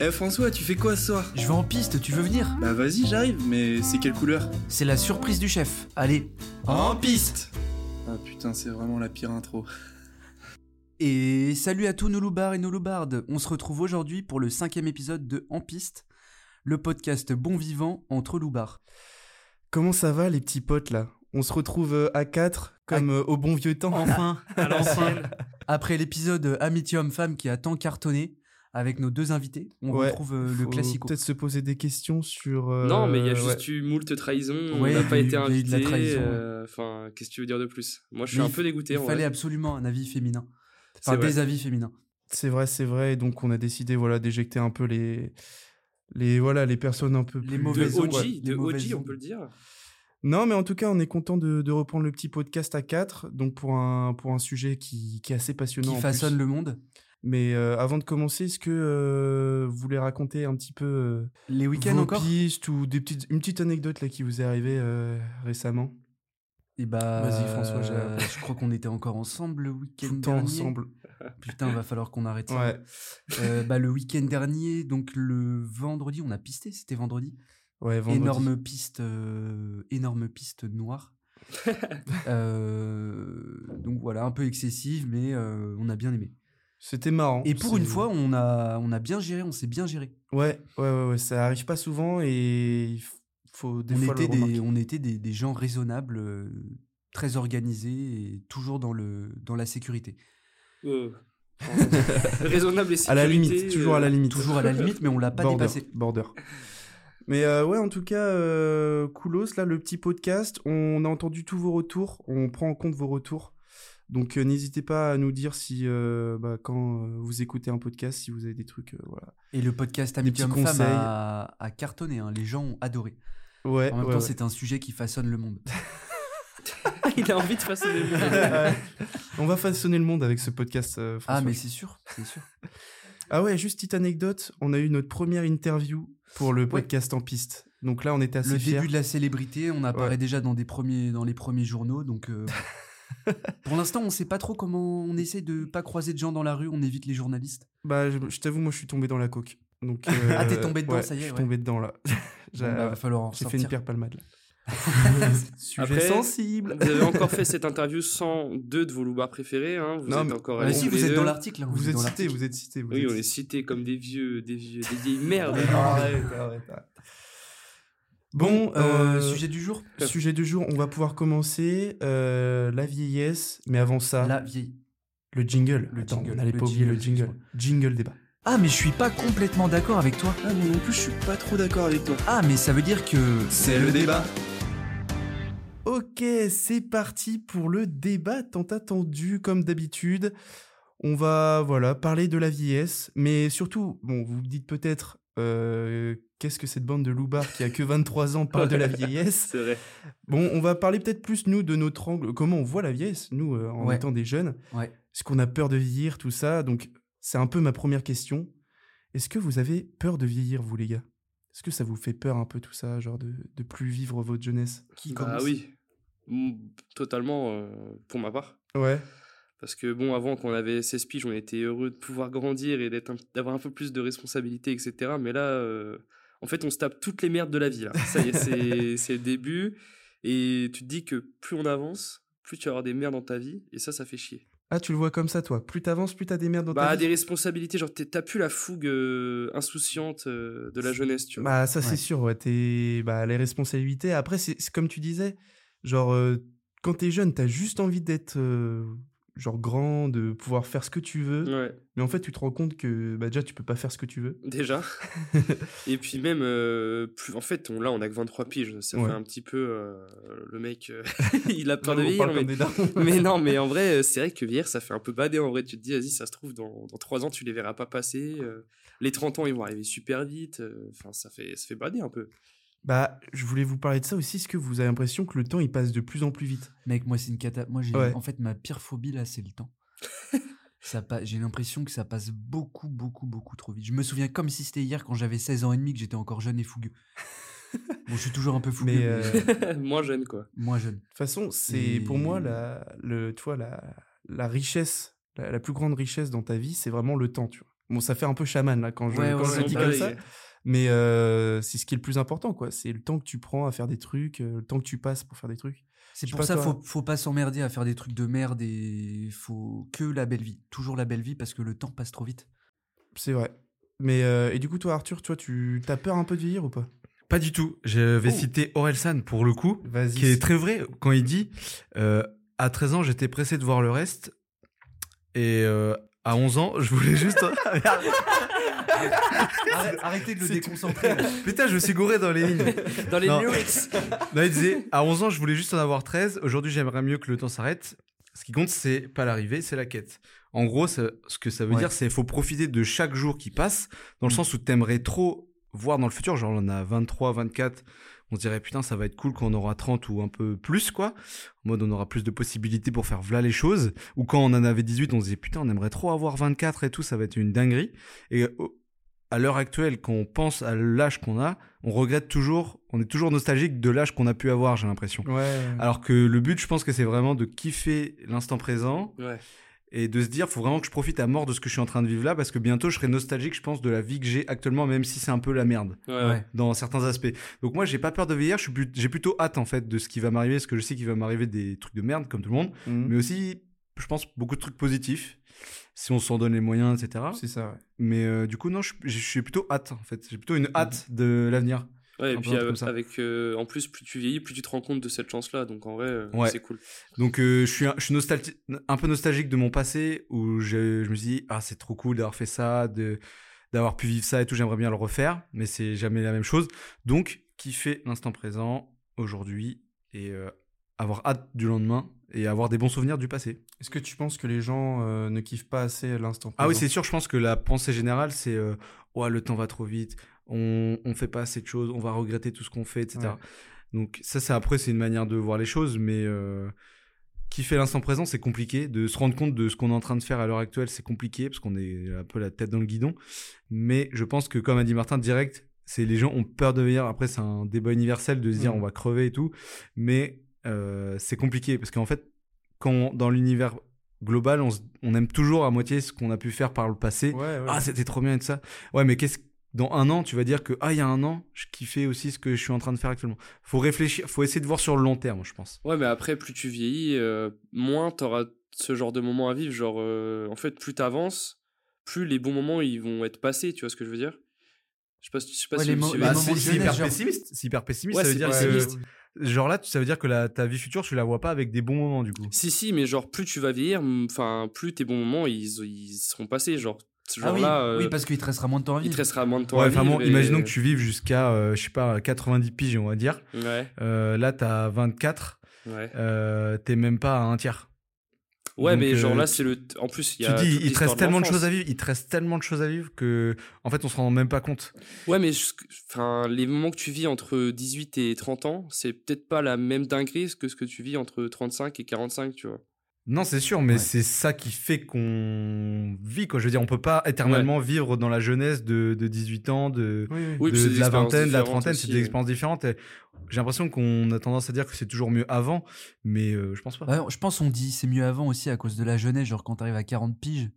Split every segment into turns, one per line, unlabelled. Eh François, tu fais quoi ce soir
Je vais en piste, tu veux venir
Bah vas-y, j'arrive, mais c'est quelle couleur
C'est la surprise du chef. Allez.
En piste Ah putain, c'est vraiment la pire intro.
Et salut à tous nos loubards et nos loubardes. On se retrouve aujourd'hui pour le cinquième épisode de En piste, le podcast bon vivant entre loubards.
Comment ça va les petits potes là On se retrouve euh, à 4 comme euh, au bon vieux temps.
Enfin,
à l'ancienne.
après l'épisode euh, Amitié homme-femme qui a tant cartonné avec nos deux invités, on
Ouais,
retrouve euh, le
Faut
classico.
Peut-être se poser des questions sur. euh,
Non, mais il y a
ouais.
juste eu moult trahison.
Ouais,
on n'a pas
il y a eu-
été
il y a eu de la
invité.
trahison,
euh, Enfin, qu'est-ce que tu veux dire de plus Moi, je suis
Mais
un peu dégoûté.
Il
en
fallait
vrai.
absolument un avis féminin.
C'est
Enfin,
vrai.
des avis féminins.
C'est vrai, c'est vrai. Et donc on a décidé voilà d'éjecter un peu les les voilà les personnes un peu
Les
plus
mauvaises
De
mauvaises
OG,
ondes,
ouais.
ouais.
de
Les mauvaises
OG, on
ondes.
peut le dire.
Non, mais en tout cas, on est content de, de reprendre le petit podcast à 4 donc pour un pour un sujet qui, qui est assez passionnant.
qui
en
façonne
plus.
le monde.
Mais euh, avant de commencer, est-ce que euh, vous voulez raconter un petit peu euh,
Les week-ends
vos
encore
pistes ou des petites une petite anecdote là qui vous est arrivée euh, récemment
Et bah,
Vas-y, François, j'ai-
euh, je crois qu'on était encore ensemble le week-end
tout le temps
dernier.
ensemble.
Putain, va falloir qu'on arrête ça.
Ouais.
Euh, bah, le week-end dernier, donc le vendredi, on a pisté, c'était vendredi.
Ouais, vendredi.
Énorme piste, euh, énorme piste noire. Euh, donc voilà, un peu excessive, mais euh, on a bien aimé.
C'était marrant.
Et pour une
Oh, C'est-
fois, on a, on a bien géré, on s'est bien géré.
Ouais, ouais, ouais, ouais, ça arrive pas souvent et il f- faut des
on,
fois le
était des,
remarquer.
on était des, des gens raisonnables, euh, très organisés et toujours dans, le, dans la sécurité.
Euh, Raisonnable et sécurité.
À la limite, toujours à la
euh,
limite.
Toujours à la limite, mais on l'a pas
border,
dépassé.
border. Mais euh, ouais, en tout cas, euh, Koulos, là, le petit podcast, on a entendu tous vos retours, on prend en compte vos retours. Donc euh, n'hésitez pas à nous dire si euh, bah, quand euh, vous écoutez un podcast, si vous avez des trucs, euh, voilà.
Et le podcast Amitié
petits
Homme-Femme
conseils.
a, a cartonné, hein, les gens ont adoré.
Ouais.
En même
ouais,
temps,
ouais.
c'est un sujet qui façonne le monde.
Il a envie de façonner le monde.
Ouais. on va façonner le monde avec ce podcast. euh,
Ah,
François.
mais c'est sûr, c'est sûr.
Ah ouais, juste petite anecdote, on a eu notre première interview pour le podcast en piste. Donc là, on était assez
le
fiers.
début de la célébrité, on apparaît
Ouais.
déjà dans, des premiers, dans les premiers journaux, donc... euh, Pour l'instant, on ne sait pas trop comment. On essaie de pas croiser de gens dans la rue, on évite les journalistes.
Bah, je, je t'avoue, moi, je suis tombé dans la coque. Donc, euh,
Ah, t'es tombé dedans,
ouais,
ça y est,
Je suis
ouais. bah,
tombé dedans, là.
Il
J'ai
va falloir en
j'ai fait une
sortir.
pierre palmade, là. Sujet
Après-
sensible.
Vous avez encore fait cette interview sans deux de vos loubards préférés. hein. Vous
Non,
êtes
mais-
encore
Ah,
allés
si,
tous
vous
les
êtes dans
deux.
l'article. hein,
Vous,
êtes
êtes
dans
cité,
l'article.
vous êtes cité.
Oui, on est cités comme des vieux, des vieux, des vieilles merdes.
Bon,
Euh,
euh,
sujet du jour
sujet du jour, on va pouvoir commencer euh, la vieillesse, mais avant
Ah.
ça,
La vieille.
le jingle.
Le
Attends,
jingle,
on n'allait
le
pas oublier le
jingle,
jingle. Jingle débat.
Ah, mais je suis pas complètement d'accord avec toi.
Ah, moi non plus, je suis pas trop d'accord avec toi.
Ah, mais ça veut dire que.
C'est le débat
Ok, c'est parti pour le débat tant attendu comme d'habitude. On va voilà parler de la vieillesse, mais surtout, bon, vous vous dites peut-être euh, qu'est-ce que cette bande de loubards qui a que 23 ans parle de la vieillesse.
C'est vrai.
Bon, on va parler peut-être plus nous de notre angle, comment on voit la vieillesse nous euh, en
Ouais.
étant des jeunes.
Ouais.
Est-ce qu'on a peur de vieillir, tout ça Donc c'est un peu ma première question. Est-ce que vous avez peur de vieillir, vous les gars Est-ce que ça vous fait peur un peu tout ça, genre de de plus vivre votre jeunesse
Qui
Ah
commence
oui. Mm, Totalement, euh, pour ma part.
Ouais.
Parce que bon, avant qu'on avait 16 piges, on était heureux de pouvoir grandir et d'être un- d'avoir un peu plus de responsabilités, etc. Mais là, euh, en fait, on se tape toutes les merdes de la vie. Là. Ça y est, c'est- c'est le début. Et tu te dis que plus on avance, plus tu vas avoir des merdes dans ta vie. Et ça, ça fait chier.
Ah, tu le vois comme ça, toi. Plus t'avances, plus t'as des merdes dans
Bah,
ta vie.
des responsabilités, genre, t'es- t'as plus la fougue euh, insouciante euh, de la jeunesse, tu vois.
Bah, ça,
Ouais.
c'est sûr, ouais. T'es... Bah, les responsabilités. Après, c'est, c'est comme tu disais, genre, euh, quand t'es jeune, t'as juste envie d'être, euh, genre, grand, de pouvoir faire ce que tu veux.
Ouais,
Mais en fait, tu te rends compte que, bah, déjà, tu peux pas faire ce que tu veux.
déjà. et puis même, euh, plus... en fait, on, là, on a que 23 piges. Ça
Ouais.
fait un petit peu... euh, le mec, euh, il a peur de
On
vieillir,
parle
mais
comme des darons.
mais non, mais en vrai, euh, c'est vrai que vieillir, ça fait un peu bader. En vrai, tu te dis, vas-y, ça se trouve, dans, dans 3 ans, tu les verras pas passer. euh, les 30 ans, ils vont arriver super vite. euh, Enfin, ça, fait, ça fait bader un peu.
Bah, je voulais vous parler de ça aussi. Est-ce que vous avez l'impression que le temps, il passe de plus en plus vite
Mec, moi, c'est une cata. Moi, j'ai.
Ouais.
En fait, ma pire phobie, là, c'est le temps. ça pa- J'ai l'impression que ça passe beaucoup, beaucoup, beaucoup trop vite. Je me souviens comme si c'était hier quand j'avais 16 ans et demi, que j'étais encore jeune et fougueux. bon, je suis toujours un peu fougueux,
Mais
mais,
euh, de
Moins jeune, quoi.
moins jeune.
toute façon, c'est pour
Et-
moi la, le, tu vois, la, la richesse, la, la plus grande richesse dans ta vie, c'est vraiment le temps, tu vois. Bon, ça fait un peu chaman là quand je,
Ouais,
quand
ouais, bah
je le dis
ouais.
comme
Ah,
ça.
et-
Mais euh, c'est ce qui est le plus important, quoi. C'est le temps que tu prends à faire des trucs, euh, le temps que tu passes pour faire des trucs.
C'est
Je sais
pour
pas
ça
toi. hein.
faut faut pas s'emmerder à faire des trucs de merde et faut que la belle vie, toujours la belle vie parce que le temps passe trop vite.
C'est vrai. Mais euh, et du coup, toi, Arthur, toi, tu as peur un peu de vieillir ou pas
Pas du tout. Je vais
Oh.
citer Orelsan pour le coup,
Vas-y.
qui est très vrai quand il dit euh, À 13 ans, j'étais pressé de voir le reste. Et euh, à 11 ans, je voulais juste.
Arrêtez de le
C'est-
déconcentrer.
Putain, je me suis gouré dans les lignes.
Dans les
Non.
lyrics.
Non, il disait À 11 ans, je voulais juste en avoir 13. Aujourd'hui, j'aimerais mieux que le temps s'arrête. Ce qui compte, c'est pas l'arrivée, c'est la quête. En gros, ça- ce que ça veut
Ouais.
dire, c'est faut profiter de chaque jour qui passe, dans le sens où t'aimerais trop voir dans le futur. Genre, on a 23, 24, on se dirait putain, ça va être cool quand on aura 30 ou un peu plus, quoi. En mode, on aura plus de possibilités pour faire v'là les choses. Ou quand on en avait 18, on se disait putain, on aimerait trop avoir 24 et tout, ça va être une dinguerie. Et au- à l'heure actuelle, quand on pense à l'âge qu'on a, on regrette toujours, on est toujours nostalgique de l'âge qu'on a pu avoir, j'ai l'impression.
Ouais.
Ah,
Alors que le but, je pense que c'est vraiment de kiffer l'instant présent
Ouais.
et de se dire, faut vraiment que je profite à mort de ce que je suis en train de vivre là, parce que bientôt, je serai nostalgique, je pense, de la vie que j'ai actuellement, même si c'est un peu la merde
Ouais,
Ouais.
Ah ouais.
dans certains aspects. Donc moi, j'ai pas peur de vieillir, je suis plus- j'ai plutôt hâte en fait de ce qui va m'arriver, parce que je sais qu'il va m'arriver des trucs de merde comme tout le monde,
Mhm.
mais aussi, je pense, beaucoup de trucs positifs si on s'en donne les moyens, etc.
C'est ça. ouais.
Mais euh, du coup, non, je, je suis plutôt hâte en fait, j'ai plutôt une hâte de l'avenir.
Ouais, et
Un
puis
peu un truc
euh,
comme ça.
avec, euh, en plus, plus tu vieillis, plus tu te rends compte de cette chance-là. Donc en vrai, euh,
Ouais.
c'est cool.
Donc euh, je suis, un, je suis nostalgi- un peu nostalgique de mon passé où je, je me dis ah c'est trop cool d'avoir fait ça, de d'avoir pu vivre ça et tout, j'aimerais bien le refaire, mais c'est jamais la même chose. Donc kiffer l'instant présent aujourd'hui et euh, avoir hâte du lendemain et avoir des bons souvenirs du passé.
Est-ce que tu penses que les gens euh, ne kiffent pas assez l'instant présent
Ah oui, c'est sûr, je pense que la pensée générale c'est euh, ouais le temps va trop vite, on on fait pas assez de choses, on va regretter tout ce qu'on fait, etc.
Ouais.
Donc ça, c'est après, c'est une manière de voir les choses, mais euh, kiffer l'instant présent, c'est compliqué. De se rendre compte de ce qu'on est en train de faire à l'heure actuelle, c'est compliqué parce qu'on est un peu la tête dans le guidon. Mais je pense que, comme a dit Martin, direct, c'est les gens ont peur de vieillir. Après, c'est un débat universel de se dire
Mhm.
on va crever et tout, mais euh, c'est compliqué parce qu'en fait, quand on- dans l'univers global, on, se- on aime toujours à moitié ce qu'on a pu faire par le passé.
Ouais, ouais.
Ah, c'était trop bien et tout ça. Ouais, mais qu'est-ce dans un an, tu vas dire que ah, il y a un an, je kiffais aussi ce que je suis en train de faire actuellement. Faut réfléchir, faut essayer de voir sur le long terme, je pense.
Ouais, mais après, plus tu vieillis, euh, moins t'auras ce genre de moments à vivre. Genre, euh, en fait, plus t'avances, plus les bons moments ils vont être passés. Tu vois ce que je veux dire Je sais pas si je sais pas
Ouais,
si
les
vous
mo-
suivez.
les
Bah,
moments de jeunesse, genre-
pessimiste. C'est hyper pessimiste.
Ouais,
ça veut
c'est
dire
pessimiste.
que genre là, tu- ça veut dire que la, ta vie future, tu la vois pas avec des bons moments du coup.
Si, si, mais genre, plus tu vas vieillir, m- enfin, plus tes bons moments ils, ils seront passés. Genre, ce
Ah oui,
genre-là, euh,
oui, parce qu'il te restera moins de temps à
il
vivre.
te restera moins de temps
Ouais,
à
enfin
vivre.
bon,
et-
imaginons que tu vives jusqu'à euh, je sais pas 90 piges, on va dire.
Ouais,
Euh, là, t'as 24,
ouais.
euh, t'es même pas à un tiers.
Ouais,
Donc,
mais genre
euh,
là, c'est le. En plus, il y
Tu
a.
dis,
toute
il te
l'histoire
reste tellement de
l'enfance.
choses à vivre, il te reste tellement de choses à vivre que en fait, on se rend même pas compte.
Ouais, mais je- enfin, les moments que tu vis entre 18 et 30 ans, c'est peut-être pas la même dinguerie que ce que tu vis entre 35 et 45, tu vois.
Non, c'est sûr, mais
Ouais.
c'est ça qui fait qu'on vit, quoi. Je veux dire, on peut pas éternellement vivre dans la jeunesse de, de 18 ans, de,
Oui, oui.
Oui,
de-
puis c'est
de
des
la
expériences
vingtaine, de la
différentes
trentaine, c'est
aussi, euh.
des
ouais.
expériences différentes. Et J'ai l'impression qu'on a tendance à dire que c'est toujours mieux avant, mais euh, je pense pas.
Ouais, je pense on dit c'est mieux avant aussi à cause de la jeunesse, genre quand t'arrives à 40 piges,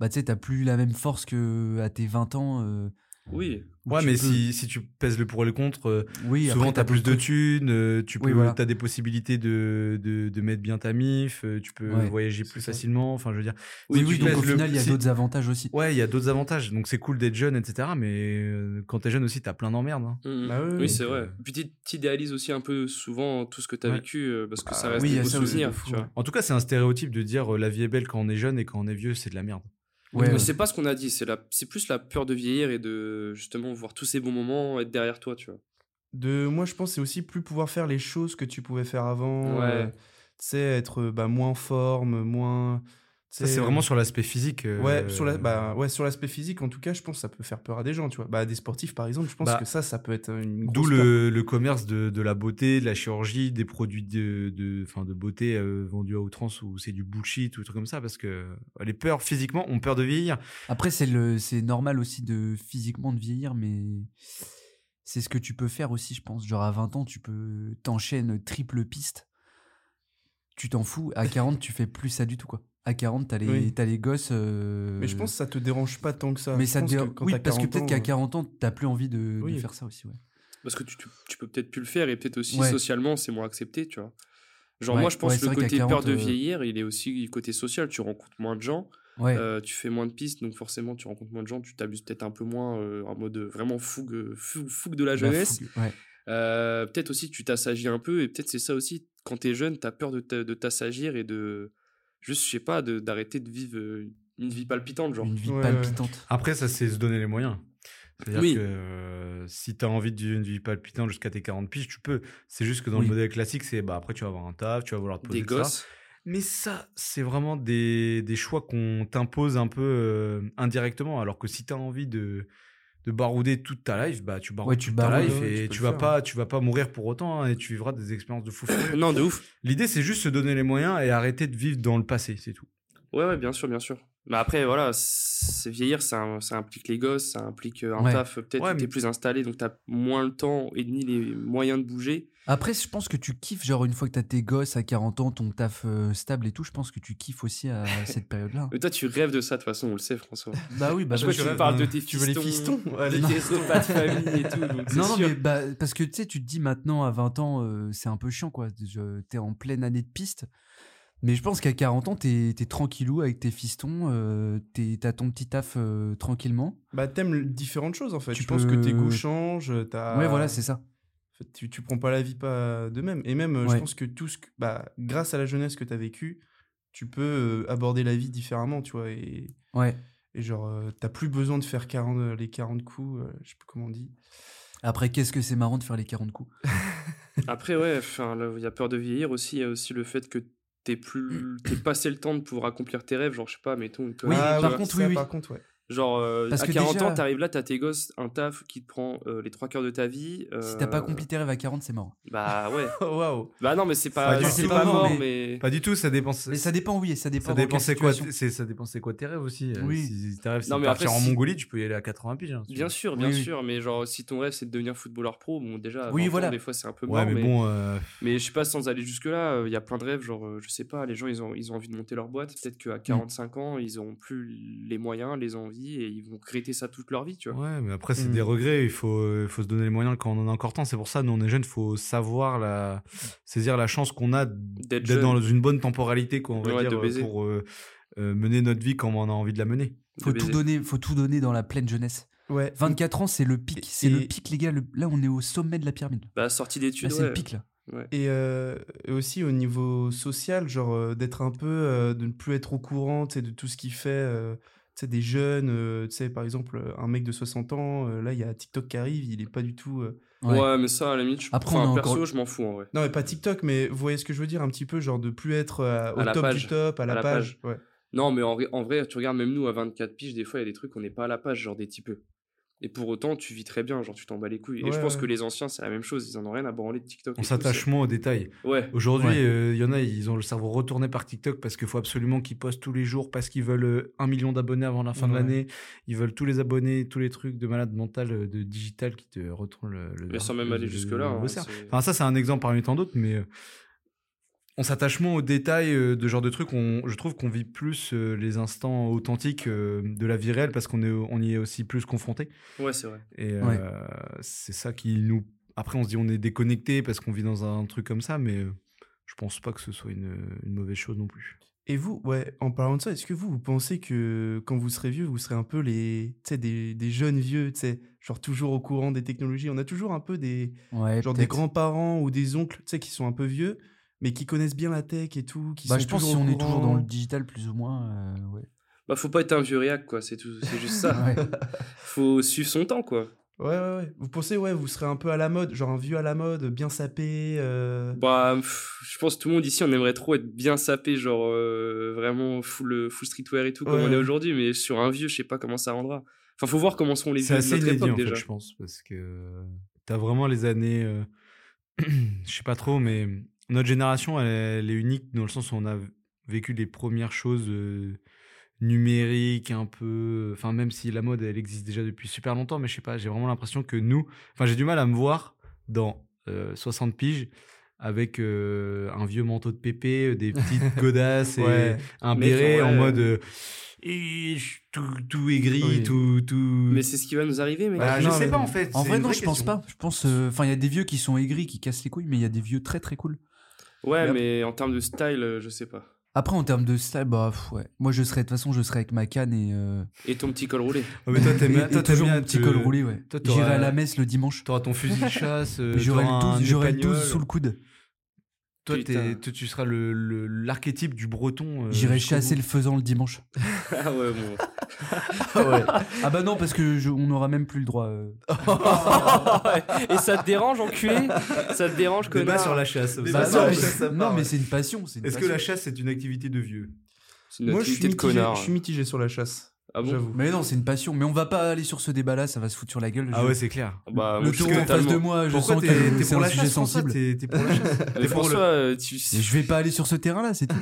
bah tu sais t'as plus la même force que à tes 20 ans. euh,
Oui.
où
Ouais,
tu
mais
peux-
si, si tu pèses le pour et le contre, euh,
oui,
souvent
après,
t'as plus de thunes, euh, tu peux,
Oui, voilà.
t'as des possibilités de, de, de mettre bien ta mif, euh, tu peux
Ouais,
voyager plus
ça.
facilement. Enfin, je veux dire,
Oui,
si
oui,
tu
donc
pèses
au
le-
final il y a
si-
d'autres avantages aussi.
Ouais, il y a d'autres avantages. Donc c'est cool d'être jeune, etc. Mais euh, quand t'es jeune aussi, t'as plein d'emmerdes. hein.
Mhm.
Bah oui, oui.
oui, c'est vrai. Puis t'i- t'idéalises aussi un peu souvent tout ce que t'as
Ouais.
vécu euh, parce que ça
Bah,
reste
oui, il y
des
a
beaux
ça aussi, hein,
souvenirs,
de fou,
tu vois.
ouais.
En tout cas, c'est un stéréotype de dire euh, la vie est belle quand on est jeune et quand on est vieux, c'est de la merde.
Ouais,
mais
ouais.
c'est pas ce qu'on a dit, c'est la... c'est plus la peur de vieillir et de justement voir tous ces bons moments être derrière toi, tu vois.
De, moi, je pense que c'est aussi plus pouvoir faire les choses que tu pouvais faire avant.
Ouais.
euh, tu sais, être euh, bah, moins en forme, moins. tu
Ça,
sais,
c'est
euh,
vraiment sur l'aspect physique. euh,
Ouais, sur la, bah, ouais, sur l'aspect physique, en tout cas, je pense que ça peut faire peur à des gens, tu vois. Bah, à des sportifs, par exemple, je pense
Bah,
que ça, ça peut être une
D'où
grosse peur.
le, le commerce de, de la beauté, de la chirurgie, des produits de, de, enfin, de beauté euh, vendus à outrance où c'est du bullshit ou des trucs comme ça. Parce que euh, les peurs, physiquement, ont peur de vieillir.
Après c'est le c'est normal aussi de physiquement de vieillir, mais c'est ce que tu peux faire aussi, je pense. Genre à 20 ans tu peux t'enchaînes triple piste, tu t'en fous. À 40 tu fais plus ça du tout quoi. à 40, t'as les,
Oui.
t'as les gosses. euh,
Mais je pense que ça te dérange pas tant que ça.
mais
Je
ça te
pense
dérange-
quand
oui,
t'as
parce que
40
peut-être
ans,
qu'à
euh,
40 ans, t'as plus envie de, de
Oui.
faire ça aussi. Ouais.
Parce que tu, tu- tu peux peut-être plus le faire et peut-être aussi
Ouais.
socialement, c'est moins accepté, tu vois. Genre,
Ouais,
moi, je pense
ouais,
que
c'est
le
vrai qu'à
côté
40,
peur de
euh,
vieillir, il est aussi le côté social. Tu rencontres moins de gens,
Ouais.
euh, tu fais moins de pistes, donc forcément, tu rencontres moins de gens, tu t'abuses peut-être un peu moins euh, en mode euh, vraiment fougue, euh, fou- fougue de la
La
jeunesse.
fougue, Bah, ouais.
Euh, peut-être aussi, tu t'assagis un peu et peut-être c'est ça aussi. Quand t'es jeune, t'as peur de ta- de t'assagir et de. Juste, je sais pas, de- d'arrêter de vivre euh, une vie palpitante, genre.
Une vie
Ouais, ouais.
palpitante.
Après, ça, c'est se donner les moyens. C'est-à-dire
Oui.
que euh, si tu as envie de vivre une vie palpitante jusqu'à tes 40 piges, tu peux. C'est juste que dans
Oui.
le modèle classique, c'est bah, après, tu vas avoir un taf, tu vas vouloir te poser
Des
etc.
gosses.
Mais ça, c'est vraiment des, des choix qu'on t'impose un peu euh, indirectement. Alors que si tu as envie de, de barouder toute ta life, bah, tu baroudes
Ouais, tu
toute ta
baroudes,
life
ouais, tu
et
peux
tu
le
vas,
faire,
pas, tu vas pas mourir pour autant hein, et tu vivras des expériences de fou. furieux.
Non, de ouf.
L'idée, c'est juste se donner les moyens et arrêter de vivre dans le passé, c'est tout.
Ouais, ouais, bien sûr, bien sûr. Mais après, voilà, c'est vieillir, ça, im- ça implique les gosses, ça implique euh, un
Ouais.
taf. Peut-être
Ouais,
que t'es
mais-
plus installé, donc t'as moins le temps et ni les moyens de bouger.
Après, je pense que tu kiffes, genre, une fois que t'as tes gosses à 40 ans, ton taf euh, stable et tout, je pense que tu kiffes aussi à cette période-là.
Mais toi, tu rêves de ça, de toute façon, on le sait, François.
bah oui, bah
Parce que
je-
tu me parles de tes
Tu veux les
fistons,
fistons Ouais,
de
les-
tes repas de famille et tout. donc c'est
Non, non,
sûr.
mais bah, parce que tu sais, tu te dis maintenant à 20 ans, euh, c'est un peu chiant, quoi. Je- T'es en pleine année de piste. Mais je pense qu'à 40 ans, t'es es tranquillou avec tes fistons, euh, t'es- t'as ton petit taf euh, tranquillement.
Bah, t'aimes différentes choses en fait.
Tu
Tu penses que
peux-
tes goûts changent, t'as.
Ouais, voilà, c'est ça.
En fait, tu, tu prends pas la vie pas de même. Et même, euh, je
Ouais.
pense que tout ce que, bah, grâce à la jeunesse que t'as vécue, tu peux euh, aborder la vie différemment, tu vois. Et,
Ouais.
et genre, euh, t'as plus besoin de faire 40, euh, les 40 coups, euh, je sais plus comment on dit.
Après, qu'est-ce que c'est marrant de faire les 40 coups
Après, ouais, enfin, là, il y a peur de vieillir aussi. Il y a aussi le fait que t'es plus... t'es passé le temps de pouvoir accomplir tes rêves, genre, je sais pas, mettons. une connerie,
Oui, par
tu vois.
contre,
ça,
oui, oui.
Par contre, ouais.
Genre, euh,
Parce
à
que
40
déjà-
ans, t'arrives là, t'as tes gosses, un taf qui te prend euh, les trois quarts de ta vie.
Si t'as pas
euh,
accompli tes rêves à 40, c'est mort.
Bah ouais.
Waouh!
Bah non, mais c'est pas,
du
c'est
tout.
pas mort, mais.
Pas du tout, ça dépend.
Mais ça dépend, oui, et ça dépend.
Ça
dans quelle
dépensait quoi
situation.
c'est- Ça dépensait quoi tes rêves aussi euh,
Oui.
Si tes rêves, c'est
Non,
de
mais
partir
après,
en
si-
Mongolie, tu peux y aller à 80 piges. hein, si tu
Bien
veux.
sûr, bien
Oui, oui.
sûr, mais genre si ton rêve c'est de devenir footballeur pro, bon déjà, à
Oui,
20 ans,
voilà.
des fois c'est un peu
Ouais,
mort,
mais,
mais,
bon, euh,
mais je sais pas, sans aller jusque-là, il y a plein de rêves, genre euh, je sais pas, les gens ils ont, ils ont envie de monter leur boîte, peut-être
Mm.
qu'à 45 ans ils auront plus les moyens, les envies et ils vont regretter ça toute leur vie, tu vois.
ouais, mais après, c'est
Mm.
Mmh.
des regrets. Il faut, euh, faut se donner les moyens quand on en a encore temps. C'est pour ça, nous, on est jeunes, il faut savoir la... saisir la chance qu'on a
D'être
d'être
jeune.
dans une bonne temporalité, qu'on va
Ouais,
dire,
de
euh,
baiser.
pour euh, euh, mener notre vie comme on a envie de la mener.
Faut
De
tout,
baiser.
donner, faut tout donner dans la pleine jeunesse.
Ouais.
24 ans, c'est le pic. C'est
Et-
le pic, les gars. le- Là, on est au sommet de la pyramide.
Bah sortie
Là,
d'études,
c'est
ouais.
le pic, là.
Et, euh, et aussi au niveau social, genre euh, d'être un peu, euh, de ne plus être au courant, tu sais, de tout ce qui fait, euh, tu sais, des jeunes, euh, tu sais, par exemple, euh, un mec de 60 ans, euh, là, il y a TikTok qui arrive, il est pas du tout... euh,
Ouais. mais ça à la limite, je...
Après,
enfin,
on a
perso,
encore-
je m'en fous en vrai.
Non, mais pas TikTok, mais vous voyez ce que je veux dire, un petit peu, genre de plus être euh, au
À la
top
page.
du top, à la,
la
page. Ouais.
Non, mais en, vrai- en vrai, tu regardes même nous à 24 piges, des fois il y a des trucs, on n'est pas à la page, genre des typeux. Et pour autant, tu vis très bien, genre tu t'en bats les couilles. et
Ouais,
je pense
ouais.
que les anciens, c'est la même chose, ils en ont rien à branler de TikTok.
On
et tout,
s'attache moins aux détails.
c'est- Ouais.
Aujourd'hui,
Ouais.
euh, il y en a, ils ont le cerveau retourné par TikTok parce qu'il faut absolument qu'ils postent tous les jours, parce qu'ils veulent euh, un million d'abonnés avant la fin de
Ouais.
l'année. Ils veulent tous les abonnés, tous les trucs de malade mental, euh, de digital qui te retournent le. le-
Mais sans
hein, le-
même aller
le-
jusque-là.
le
hein,
cerveau.
c'est-
Enfin, ça, c'est un exemple parmi tant d'autres, mais euh, on s'attache moins aux détails euh, de genre de trucs. On, je trouve qu'on vit plus euh, les instants authentiques euh, de la vie réelle parce qu'on est, on y est aussi plus confronté.
Ouais, c'est vrai.
Et euh,
Ouais.
c'est ça qui nous. Après, on se dit on est déconnecté parce qu'on vit dans un truc comme ça, mais euh, je pense pas que ce soit une, une mauvaise chose non plus.
Et vous, ouais, en parlant de ça, est-ce que vous, vous pensez que quand vous serez vieux, vous serez un peu les, tu sais, des, des jeunes vieux, tu sais, genre toujours au courant des technologies On a toujours un peu des,
Ouais,
genre des
peut-être.
grands-parents ou des oncles, tu sais, qui sont un peu vieux, mais qui connaissent bien la tech et tout. Qui
Bah,
sont
je pense que
toujours
si
au
on est toujours dans le
courant.
digital, plus ou moins. euh, ouais.
Bah, faut pas être un vieux réac, quoi, c'est tout, c'est juste ça.
Ouais.
Faut suivre son temps, quoi.
Ouais, ouais, ouais. Vous pensez, ouais, vous serez un peu à la mode, genre un vieux à la mode, bien sapé. euh,
Bah, pff, je pense que tout le monde ici, on aimerait trop être bien sapé, genre euh, vraiment full, full streetwear et tout, comme
Ouais.
on est aujourd'hui, mais sur un vieux, je sais pas comment ça rendra. Enfin, faut voir comment sont les
C'est
vieux de
assez
notre
inédit,
époque
en
déjà.
fait, je pense, parce que euh, t'as vraiment les années. euh, je sais pas trop, mais notre génération, elle, elle est unique dans le sens où on a vécu les premières choses euh, numériques, un peu. Enfin, même si la mode, elle existe déjà depuis super longtemps, mais je sais pas, j'ai vraiment l'impression que nous. Enfin, j'ai du mal à me voir dans euh, 60 piges avec euh, un vieux manteau de pépé, euh, des petites godasses et
Ouais.
un
Mec,
béret en
ouais.
mode euh, et je suis tout, tout aigri,
Oui.
tout. tout...
Mais c'est ce qui va nous arriver, mec.
Bah, je
non,
sais
mais-
pas en fait.
En
c'est
vrai,
une
non,
vraie
je pense
question.
pas. Je pense. euh, Enfin, il y a des vieux qui sont aigris, qui cassent les couilles, mais il y a des vieux très très cool.
Ouais,
Yep.
mais en termes de style, euh, je sais pas.
Après, en termes de style, bah pff, ouais. Moi, je serais de toute façon, je serais avec ma canne et. euh,
Et ton petit col roulé.
Ouais, mais toi, t'aimes
et-
bien-
et
toi, t'aimes
toujours
bien
mon petit
te-
col roulé, ouais.
toi, t'auras-
J'irai à la messe le dimanche.
T'auras ton fusil de chasse, euh,
J'aurai
t'auras
le
un euh,
12, j'aurai le 12
épagnol.
sous le coude.
Toi, t'es-
Putain.
toi, tu seras le- le- l'archétype du breton. euh,
J'irai
jusqu'au
chasser
bout.
le faisan le dimanche.
ah ouais, bon.
Ah bah non, parce que je- on n'aura même plus le droit. euh.
Et ça te dérange, enculé Ça te dérange,
Débat
connard
sur la chasse.
Débat
Bah,
sur
non,
la
mais-
chasse, ça
non,
part,
mais
ouais.
c'est une passion. c'est une
Est-ce que la
passion.
chasse c'est une activité de vieux
C'est une
Moi, je suis,
activité de
mitigé,
connard.
je suis mitigé sur la chasse,
Ah bon
j'avoue.
Mais non, c'est une passion. Mais on va pas aller sur ce débat-là, ça va se foutre sur la gueule.
Ah
Je-
ouais, c'est clair.
Bah, moi,
le
je suis
taureau en face de
totalement-
moi, je
Pourquoi
sens
t'es
que
t'es
c'est
pour
un
la
sujet
chasse François
sensible.
T'es t'es pour la chasse
Mais
T'es pour le-
François, euh, tu.
Et je vais pas aller sur ce terrain-là, c'est tout.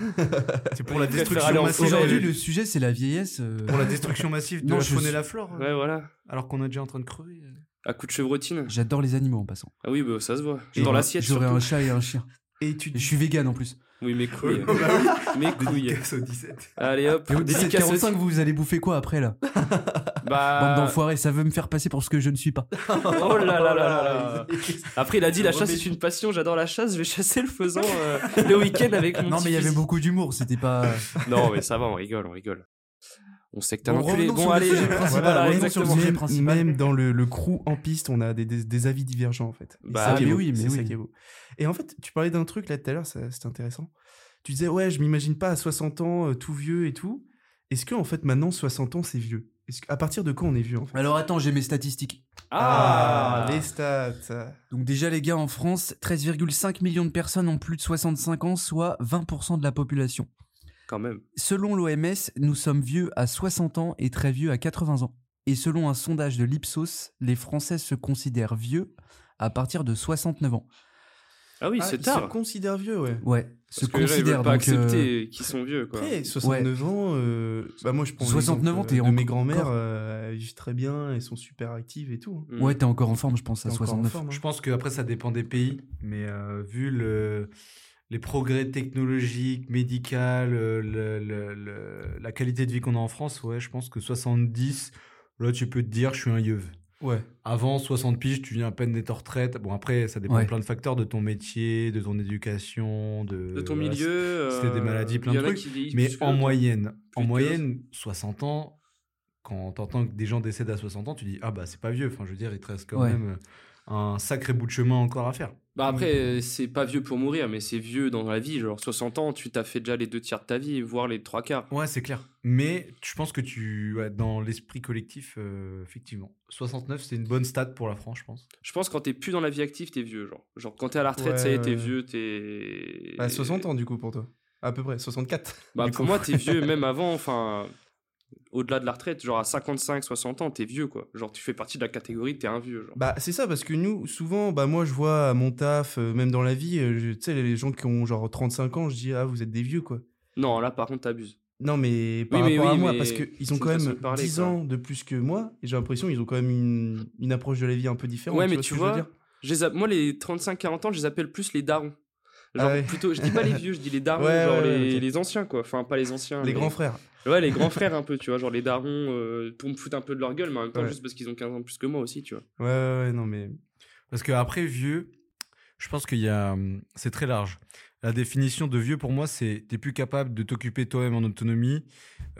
T'es pour la
Je préfère aller
destruction
en
massive.
Aujourd'hui,
de-
le sujet, c'est la vieillesse. euh,
Pour la destruction massive de
Non,
la
je
faune et
suis-
la flore.
Ouais, voilà.
Alors qu'on est déjà en train de crever.
À coup de chevrotine.
J'adore les animaux en passant.
Ah oui, bah, ça se voit.
Et
Dans l'assiette,
J'aurais
surtout.
un chat et un chien.
Et tu
Et je suis vegan en plus.
Oui, mes couilles. mes couilles.
Dédicace au 17.
Allez hop,
Et au
dédicace Euh, aussi.
1745, vous allez bouffer quoi après là Bande
Bah.
d'enfoirés, ça veut me faire passer pour ce que je ne suis pas.
Oh là là là là là. Après, il a dit la chasse
Remets-
est une passion, j'adore la chasse, je vais chasser le faisan euh, le week-end avec mon
Non,
petit
mais il y avait
fusil.
beaucoup d'humour, c'était pas.
Non, mais ça va, on rigole, on rigole. On sait que t'as
Bon,
un enculé.
revenons
Bon,
sur le
allez,
sujet
voilà,
principal,
voilà,
revenons sur le
exactement.
sujet
même,
principal.
même dans le, le crew en piste, on a des, des- des avis divergents en fait. Et
Bah,
ça qui est
mais
beau,
oui, mais
c'est ça
oui.
qui est beau. Et en fait, tu parlais d'un truc là tout à l'heure, ça- c'était intéressant. Tu disais ouais, je m'imagine pas à 60 ans, euh, tout vieux et tout. Est-ce que en fait maintenant 60 ans c'est vieux Est-ce que- à partir de quand on est vieux en fait
Alors attends, j'ai mes statistiques.
Ah,
les stats.
Donc déjà les gars, en France, 13,5 millions de personnes ont plus de 65 ans, soit 20% de la population.
quand même.
Selon l'OMS, nous sommes vieux à 60 ans et très vieux à 80 ans. Et selon un sondage de l'Ipsos, les Français se considèrent vieux à partir de 69 ans.
Ah oui,
Ah,
c'est
ils
tard.
se considèrent vieux, ouais.
Ouais,
Parce
se
que les gens, ils veulent
considèrent
pas
donc, euh,
accepter qu'ils sont vieux, quoi.
Après, 69 ans, euh, bah moi je prends
69 ans,
l'exemple,
t'es
euh, de
encore-
mes grands-mères, euh, elles vivent très bien, elles sont super actives et tout. hein.
Mm.
Ouais, t'es encore en forme, je pense, à
T'es encore en
69.
forme, hein.
Je pense que après ça dépend des pays, mais euh, vu le- les progrès technologiques, médicaux, le- le- le- le- la qualité de vie qu'on a en France, ouais, je pense que 70, là tu peux te dire je suis un yeuve.
Ouais.
Avant 60 piges, tu viens à peine d'être en retraite. Bon après ça dépend
Ouais.
de plein de facteurs, de ton métier, de ton éducation, de,
de ton
voilà,
milieu. euh,
c'était des maladies, plein
il y
de
en a
trucs,
qui vieillissent
mais
plus que
en
d'autres.
moyenne, en
Plus de
moyenne, 60 ans, quand t'entends que des gens décèdent à 60 ans, tu dis ah bah c'est pas vieux. Enfin je veux dire, il te reste quand
Ouais.
même un sacré bout de chemin encore à faire.
Bah après, euh, c'est pas vieux pour mourir, mais c'est vieux dans la vie. Genre 60 ans, tu t'as fait déjà les deux tiers de ta vie, voire les trois quarts.
Ouais, c'est clair. Mais je pense que tu, ouais, dans l'esprit collectif, euh, effectivement, 69 c'est une bonne stat pour la France, je pense.
Je pense quand t'es plus dans la vie active, t'es vieux. Genre, genre quand t'es à la retraite,
Ouais,
ça y est, t'es
ouais.
vieux, t'es.
À 60 ans du coup pour toi. À peu près, 64.
Bah
du
pour
coup.
moi, t'es vieux même avant, enfin. Au-delà de la retraite, genre à 55, 60 ans, t'es vieux quoi. Genre tu fais partie de la catégorie, t'es un vieux. Genre.
Bah, c'est ça, parce que nous, souvent, bah, moi, je vois à mon taf, euh, même dans la vie, euh, je- tu sais, les gens qui ont genre 35 ans, je dis, ah, vous êtes des vieux, quoi.
Non, là par contre, t'abuses.
Non, mais par
Oui, mais
rapport
oui,
à moi,
mais
parce qu'ils
c'est
ont
une
quand
façon
même
de parler,
10
quoi.
ans de plus que moi, et j'ai l'impression qu'ils ont quand même une, une approche de la vie un peu différente.
Ouais, mais
ce
tu
que je veux
vois,
dire
Je les a- Moi, les 35-40 ans, je les appelle plus les darons. Genre,
Ah ouais.
plutôt, je dis pas les vieux, je dis les darons,
Ouais,
genre
ouais, ouais,
les,
ok.
les anciens, quoi. Enfin, pas les anciens.
les
hein, mais-
grands frères.
Ouais, les grands frères, un peu, tu vois. Genre les darons, euh, pour me foutre un peu de leur gueule, mais en même temps,
Ouais.
juste parce qu'ils ont 15 ans de plus que moi aussi, tu vois.
Ouais, ouais, ouais, non, mais.
Parce que après vieux, je pense qu'il y a, hum, c'est très large. La définition de vieux pour moi, c'est t'es plus capable de t'occuper toi-même en autonomie,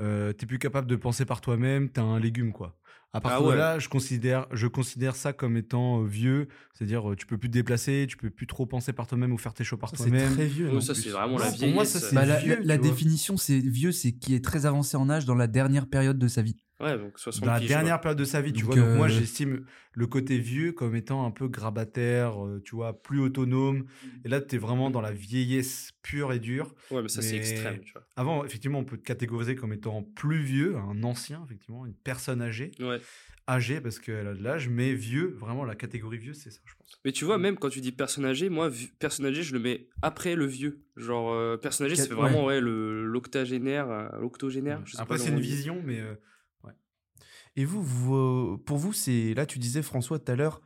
euh, t'es plus capable de penser par toi-même, t'as un légume quoi. À partir
Ah ouais.
de là, je considère, je considère ça comme étant euh, vieux, c'est-à-dire euh, tu peux plus te déplacer, tu peux plus trop penser par toi-même ou faire tes shows par
C'est
toi-même.
très vieux.
Donc
non,
ça,
plus.
c'est vraiment la
Ouais, pour moi,
vieillesse. euh,
ça, c'est-
Bah, la
vieux,
la-
tu
la
vois.
définition, c'est vieux, c'est qui est très avancé en âge dans la dernière période de sa vie.
Ouais, donc 60
dans la
piges,
dernière période de sa vie, tu
Donc,
vois. Donc moi,
euh,
j'estime le côté vieux comme étant un peu grabataire, euh, tu vois, plus autonome. Et là, tu es vraiment dans la vieillesse pure et dure.
quoi. Ouais, mais ça, c'est
Mais-
extrême, tu vois.
Avant, effectivement, on peut te catégoriser comme étant plus vieux, hein, un ancien, effectivement, une personne âgée,
Ouais.
âgée parce qu'elle a de l'âge, mais vieux, vraiment, la catégorie vieux, c'est ça, je pense.
Mais tu vois, même quand tu dis personne âgée, moi, vi- personne âgée, je le mets après le vieux. Genre, euh, personne âgée,
Quatre-
c'est vraiment, ouais, le- l'octogénaire, euh, l'octogénaire. je sais
Après,
pas
c'est une
comment on dit.
vision, mais euh,
Et vous, vous, euh, pour vous, c'est. Là, tu disais, François, tout à l'heure,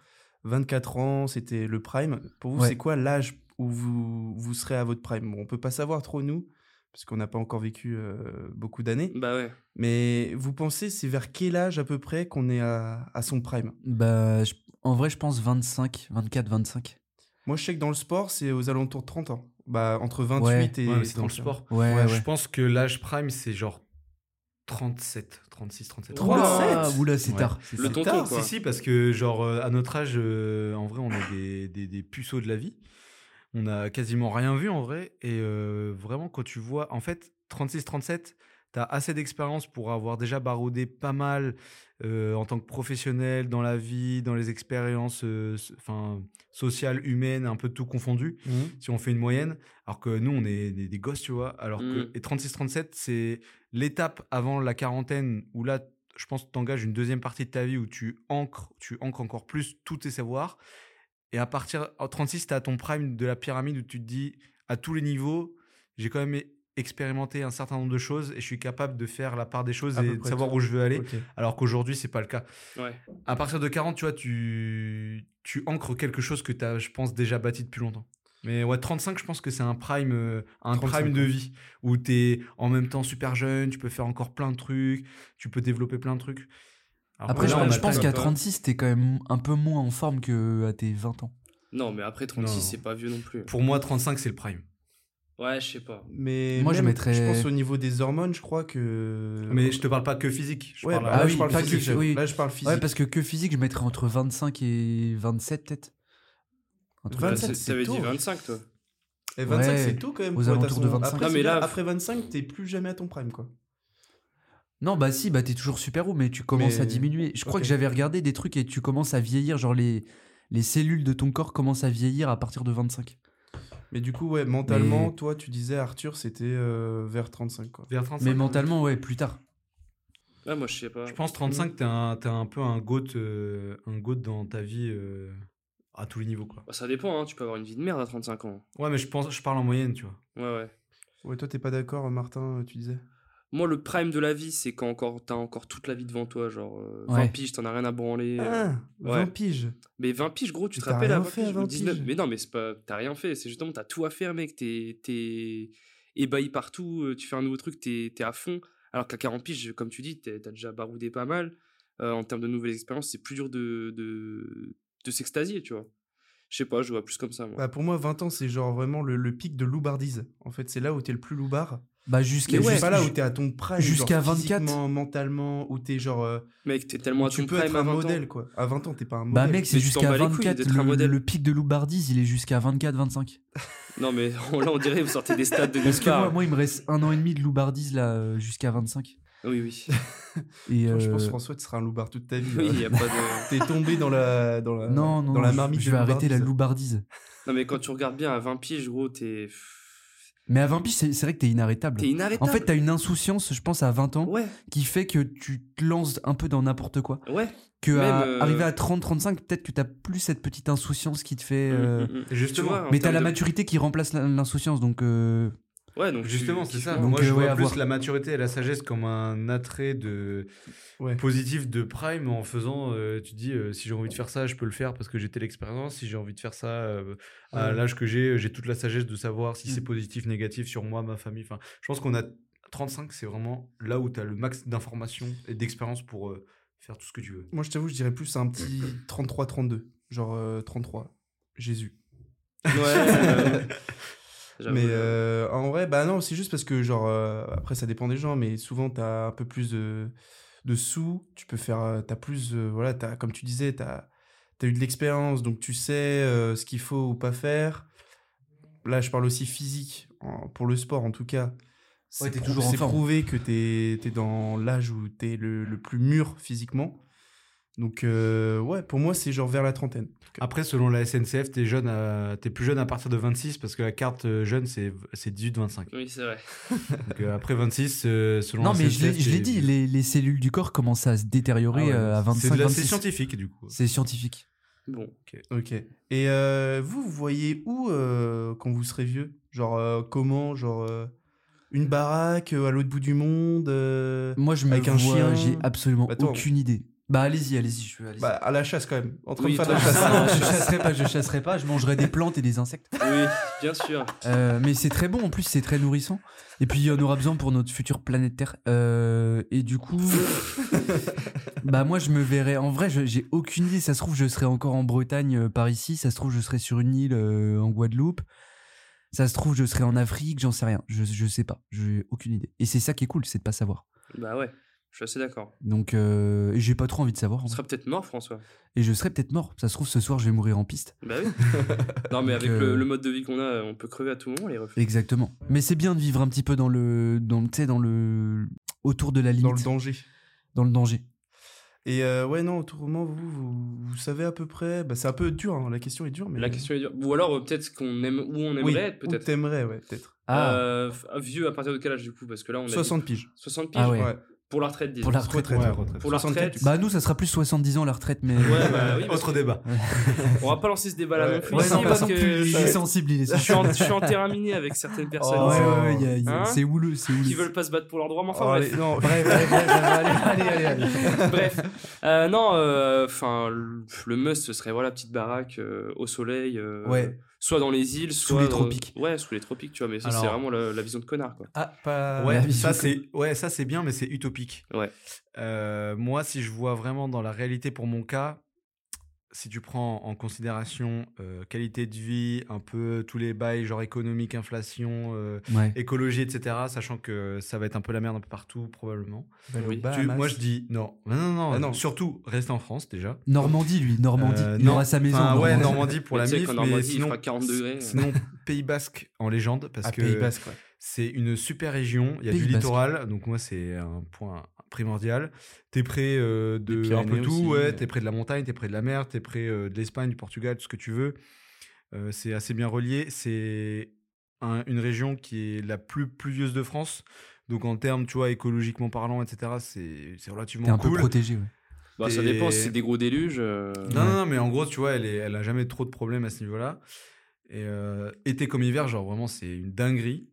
24 ans, c'était le prime. Pour vous,
Ouais.
c'est quoi l'âge où vous, vous serez à votre prime. Bon, on peut pas savoir trop, nous, parce qu'on n'a pas encore vécu euh, beaucoup d'années.
Bah ouais.
Mais vous pensez, c'est vers quel âge à peu près qu'on est à, à son prime
Bah, je- en vrai, je pense 25, 24, 25.
Moi, je sais que dans le sport, c'est aux alentours de 30 ans. Bah, entre 28 et.
Ouais, mais c'est dans le
31.
sport.
Ouais, ouais.
Je pense que l'âge prime, c'est genre 37, 36, 37.
Ouah.
Oula, oula, c'est
Ouais.
tard. c'est
Le
tard.
tonton,
tard,
quoi.
Si, si, parce que, genre, euh, à notre âge, euh, en vrai, on a des, des, des puceaux de la vie. On a quasiment rien vu, en vrai. Et euh, vraiment, quand tu vois, en fait, 36-37, t'as assez d'expérience pour avoir déjà barodé pas mal euh, en tant que professionnel dans la vie, dans les expériences euh, s- enfin, sociales, humaines, un peu tout confondu,
Mhm.
si on fait une moyenne. Alors que nous, on est des, des gosses, tu vois. Alors
Mm.
que, et 36-37, c'est l'étape avant la quarantaine où là, je pense que tu engages une deuxième partie de ta vie où tu ancres, tu ancres encore plus tous tes savoirs. Et à partir oh, en 36, tu as ton prime de la pyramide où tu te dis à tous les niveaux, j'ai quand même expérimenté un certain nombre de choses et je suis capable de faire la part des choses
À peu
et de
près
savoir
tout.
où je veux aller.
Ok.
Alors qu'aujourd'hui, c'est pas le cas.
Ouais.
À partir de 40, tu vois, tu, tu ancres quelque chose que tu as, je pense, déjà bâti depuis longtemps. Mais ouais, 35, je pense que c'est un prime, euh, un
35,
prime de
ouais.
vie où tu es en même temps super jeune, tu peux faire encore plein de trucs, tu peux développer plein de trucs. Alors
Après,
que là,
je-
on
je,
atteint-
pense qu'à
pas.
36, t'es quand même un peu moins en forme que à tes 20 ans.
Non, mais après 36,
Non.
c'est pas vieux non plus.
Pour moi, 35, c'est le prime.
Ouais, je sais pas.
Mais
Moi, je
même,
mettrais-
Je pense au niveau des hormones, je crois que.
Mais je te parle pas que physique. Je
Ouais,
parle
bah,
à-
là,
Ah
je
Euh, oui,
parle
pas que-
physique.
oui.
Là, je parle physique.
Ouais, parce que que physique, je mettrais entre 25 et 27, peut-être. Un truc comme ça.
27, c'est
Bah, T'avais dit
tôt.
25, toi.
Et 25,
Ouais.
c'est tôt quand même.
Aux
quoi, t'as
alentours de 25.
Après,
Non,
c'est
mais
bien,
là-
après 25, t'es plus jamais à ton prime, quoi.
Non, bah si, bah t'es toujours super haut, mais tu commences
Mais-
à diminuer. Je crois
ok.
que j'avais regardé des trucs et tu commences à vieillir, genre les, les cellules de ton corps commencent à vieillir à partir de 25.
Mais du coup, ouais, mentalement,
Mais-
toi, tu disais, Arthur, c'était euh, vers 35, quoi.
vers 35.
Mais mentalement, ouais, plus tard.
Ouais, moi, je sais pas.
Je pense 35, t'es un, t'es un peu un goat, euh, un goat dans ta vie euh, à tous les niveaux. Quoi.
Bah, ça dépend, hein. tu peux avoir une vie de merde à 35 ans.
Ouais, mais je, pense, je parle en moyenne, tu vois.
Ouais, ouais.
Ouais, toi, t'es pas d'accord, Martin, euh, tu disais
Moi, le prime de la vie, c'est quand encore t'as encore toute la vie devant toi, genre euh, 20
Ouais.
piges, t'en as rien à branler. euh.
Ah, 20
ouais.
piges.
Mais 20 piges, gros, tu
Mais
te
t'as
rappelles à
rien
20
fait à
piges, ou
20
19.
piges.
Mais non, mais c'est pas, t'as rien fait. C'est justement, t'as tout à faire, mec. T'es, t'es ébahi partout. euh, Tu fais un nouveau truc, t'es, t'es à fond. Alors qu'à 40 piges, comme tu dis, t'es- t'as déjà baroudé pas mal. Euh, en termes de nouvelles expériences, c'est plus dur de, de, de s'extasier, tu vois. Je sais pas, je vois plus comme ça, moi.
Bah, pour moi, 20 ans, c'est genre vraiment le, le pic de loubardise. En fait, c'est là où t'es le plus loubard.
Bah jusqu'à
Mais ouais,
jusqu'-
pas là où t'es à ton prime.
jusqu'à
genre,
24.
physiquement, mentalement, où t'es genre. euh,
Mec, t'es tellement à
tu
ton
peux
prime
être
à
un
20 ans.
modèle, quoi. À 20 ans, t'es pas un
Bah
modèle.
mec, c'est
Mais tu t'en
jusqu'à
bats les couilles
24.
d'être un
Le,
modèle.
le pic de Loubardise, il est jusqu'à 24-25.
Non, mais là, on dirait, vous sortez des stades de
Parce que
nulle
moi,
part.
moi, il me reste un an et demi de Loubardise là euh, jusqu'à 25.
Oui, oui.
Et
Toi, Je pense,
euh,
François, tu seras un loubard toute ta vie.
Oui, euh.
hein.
y a pas de.
T'es tombé dans la, dans la,
non, non,
dans la
non,
marmite
je,
de
je vais arrêter la
loubardise.
Loubardise.
Non, mais quand tu regardes bien à 20 piges, gros, t'es.
Mais à 20 piges, c'est c'est vrai que t'es inarrêtable.
T'es
En
inarrêtable.
fait, t'as une insouciance, je pense, à 20 ans,
Ouais,
qui fait que tu te lances un peu dans n'importe quoi.
ouais.
que
Même,
à-
euh,
arrivé à 30-35, peut-être que t'as plus cette petite insouciance qui te fait. euh,
Mm, mm, mm.
Et justement,
Tu vois, en
Mais t'as
termes
la
de-
maturité qui remplace la- l'insouciance, donc. euh,
Ouais, donc. tu-
Justement, c'est
tu-
ça.
Donc,
Moi,
euh,
je vois
ouais, à
plus
voir.
la maturité et la sagesse comme un attrait de
Ouais.
positif de prime en faisant, euh, tu te dis, euh, si j'ai envie de faire ça, je peux le faire parce que j'ai telle expérience. Si j'ai envie de faire ça euh, à
Ouais.
l'âge que j'ai, euh, j'ai toute la sagesse de savoir si
Mm.
c'est positif, négatif sur moi, ma famille. Enfin, je pense qu'on a 35, c'est vraiment là où tu as le max d'informations et d'expérience pour euh, faire tout ce que tu veux.
Moi, je t'avoue, je dirais plus un petit 33-32. Genre euh, 33. Jésus.
Ouais. euh, j'avoue,
Mais
ouais.
euh, en vrai, bah non, c'est juste parce que, genre, euh, après, ça dépend des gens, mais souvent, t'as un peu plus de, de sous, tu peux faire, euh, t'as plus, euh, voilà, t'as, comme tu disais, t'as, t'as eu de l'expérience, donc tu sais euh, ce qu'il faut ou pas faire. Là, je parle aussi physique, en- pour le sport en tout cas. C'est,
Ouais, t'es toujours en
c'est
forme.
prouvé que t'es, t'es dans l'âge où t'es le, le plus mûr physiquement. Donc, euh, ouais, pour moi, c'est genre vers la trentaine.
Après, selon la SNCF, tu es, plus jeune à partir de 26 parce que la carte euh, jeune, c'est c'est 18-25.
Oui, c'est vrai.
Donc, euh, après 26, euh, selon
Non,
la
mais je l'ai-
SNCF,
je l'ai
t'es-
dit, les, les cellules du corps commencent à se détériorer
Ah ouais.
euh, à
C'est de la- c'est
25-26.
scientifique, du coup.
C'est scientifique.
Bon.
Ok. Et euh, vous, vous voyez où euh, quand vous serez vieux Genre, euh, comment Genre, euh, une baraque euh, à l'autre bout du monde euh,
Moi, je me
Avec un
vois-
chien.
j'ai absolument
Attends.
aucune idée. Bah allez-y, allez-y, je allez
Bah, à la chasse quand même. En train
Oui,
de faire de
toi,
la chasse.
tu sais.
je chasserai pas, je chasserai pas, je mangerai des plantes et des insectes.
Oui, bien sûr.
Euh, mais c'est très bon en plus, c'est très nourrissant. Et puis il y en aura besoin pour notre future planète Terre. Euh, et du coup, bah moi je me verrais. En vrai, je- j'ai aucune idée. Ça se trouve, je serais encore en Bretagne euh, par ici. Ça se trouve, je serais sur une île euh, en Guadeloupe. Ça se trouve, je serais en Afrique. J'en sais rien. Je, je sais pas. J'ai aucune idée. Et c'est ça qui est cool, c'est de pas savoir.
Bah ouais, je suis assez d'accord.
Donc euh, et j'ai pas trop envie de savoir. en
On
vrai.
sera peut-être mort, François.
Et je serais peut-être mort. Ça se trouve, ce soir, je vais mourir en piste.
Bah oui. non, mais
Donc,
avec
euh,
le, le mode de vie qu'on a, on peut crever à tout moment, les refus.
Exactement. Mais c'est bien de vivre un petit peu dans le, dans, le- tu sais, dans le, autour de la limite,
Dans le danger.
dans le danger.
Et euh, ouais, non, autrement, vous, vous, vous savez à peu près. Bah, c'est un peu dur, hein, la question est dure. Mais...
La question est dure. Ou alors, euh, peut-être qu'on aime, où on aimerait
oui,
être,
où
peut-être.
T'aimerais, ouais, peut-être.
Ah,
Euh, f- vieux, à partir de quel âge, du coup Parce que là, on a dit
60 piges.
60 piges
ah ouais.
ouais.
pour la retraite, disons.
Pour la retraite.
Retraite.
Ouais, retraite.
Pour la
64.
retraite.
Bah nous, ça sera plus 70 ans la retraite, mais
Ouais, bah oui, parce
Autre débat.
qu'on- on va pas lancer ce débat là
Ouais,
non plus.
ouais,
ici,
non,
parce
pas non
que
plus.
il
je-
est sensible, il est
je suis
sensible.
en- je suis en terrain miné avec certaines
Oh,
personnes.
ouais,
ici.
ouais, ouais, il y a- il y a-
Hein
c'est houleux, c'est houleux.
qui veulent pas se battre pour leurs droits, mais enfin
Oh,
bref.
allez, non,
Bref, bref, bref, bref, allez, allez, allez, allez.
Bref, Euh, non, euh, enfin, le- le must ce serait voilà petite baraque euh, au soleil, euh,
Ouais.
soit dans les îles,
Sous
soit
les
dans-
tropiques.
ouais, sous les tropiques, tu vois. Mais ça c'est
Alors-
vraiment la, la vision de connard, quoi.
Ah, pas.
la
Ouais,
vision
ça c'est ouais, ça c'est bien, mais c'est utopique.
Ouais.
Euh, moi, si je vois vraiment dans la réalité, pour mon cas, si tu prends en considération euh, qualité de vie, un peu tous les bails genre économique, inflation, euh,
Ouais.
écologie, etc. Sachant que ça va être un peu la merde un peu partout probablement.
Bah,
Oui.
le
Ah,
Tu-
Bahamas.
moi, je dis non, non, non, non,
Ah, non.
Surtout rester en France déjà.
Normandie, lui, Normandie.
Euh,
il
non.
aura sa maison.
Enfin,
en
ouais,
Normandie.
Normandie pour
Mais
la
tu sais
MIF,
qu'en
mais
Normandie, il
sinon,
fera 40 degrés.
sinon Pays Basque en légende parce
Ah,
que
Pays Basque, ouais.
c'est une super région, il y a
Pays
du
Basque.
littoral, donc moi c'est un point primordial. T'es près euh,
Des
de un
Pyrénées
peu tout,
aussi,
ouais,
euh.
t'es près de la montagne, t'es près de la mer, t'es près euh, de l'Espagne, du Portugal, tout ce que tu veux. Euh, c'est assez bien relié. C'est un- une région qui est la plus pluvieuse de France. Donc en termes, tu vois, écologiquement parlant, etc., c'est c'est
T'es
relativement
un peu
cool.
protégé. ouais.
Bah, ça
t'es-
dépend. Si c'est des gros déluges. euh,
Non, non, non, mais en gros, tu vois, elle, est- elle a jamais trop de problèmes à ce niveau-là. Et euh, été comme hiver, genre vraiment, c'est une dinguerie.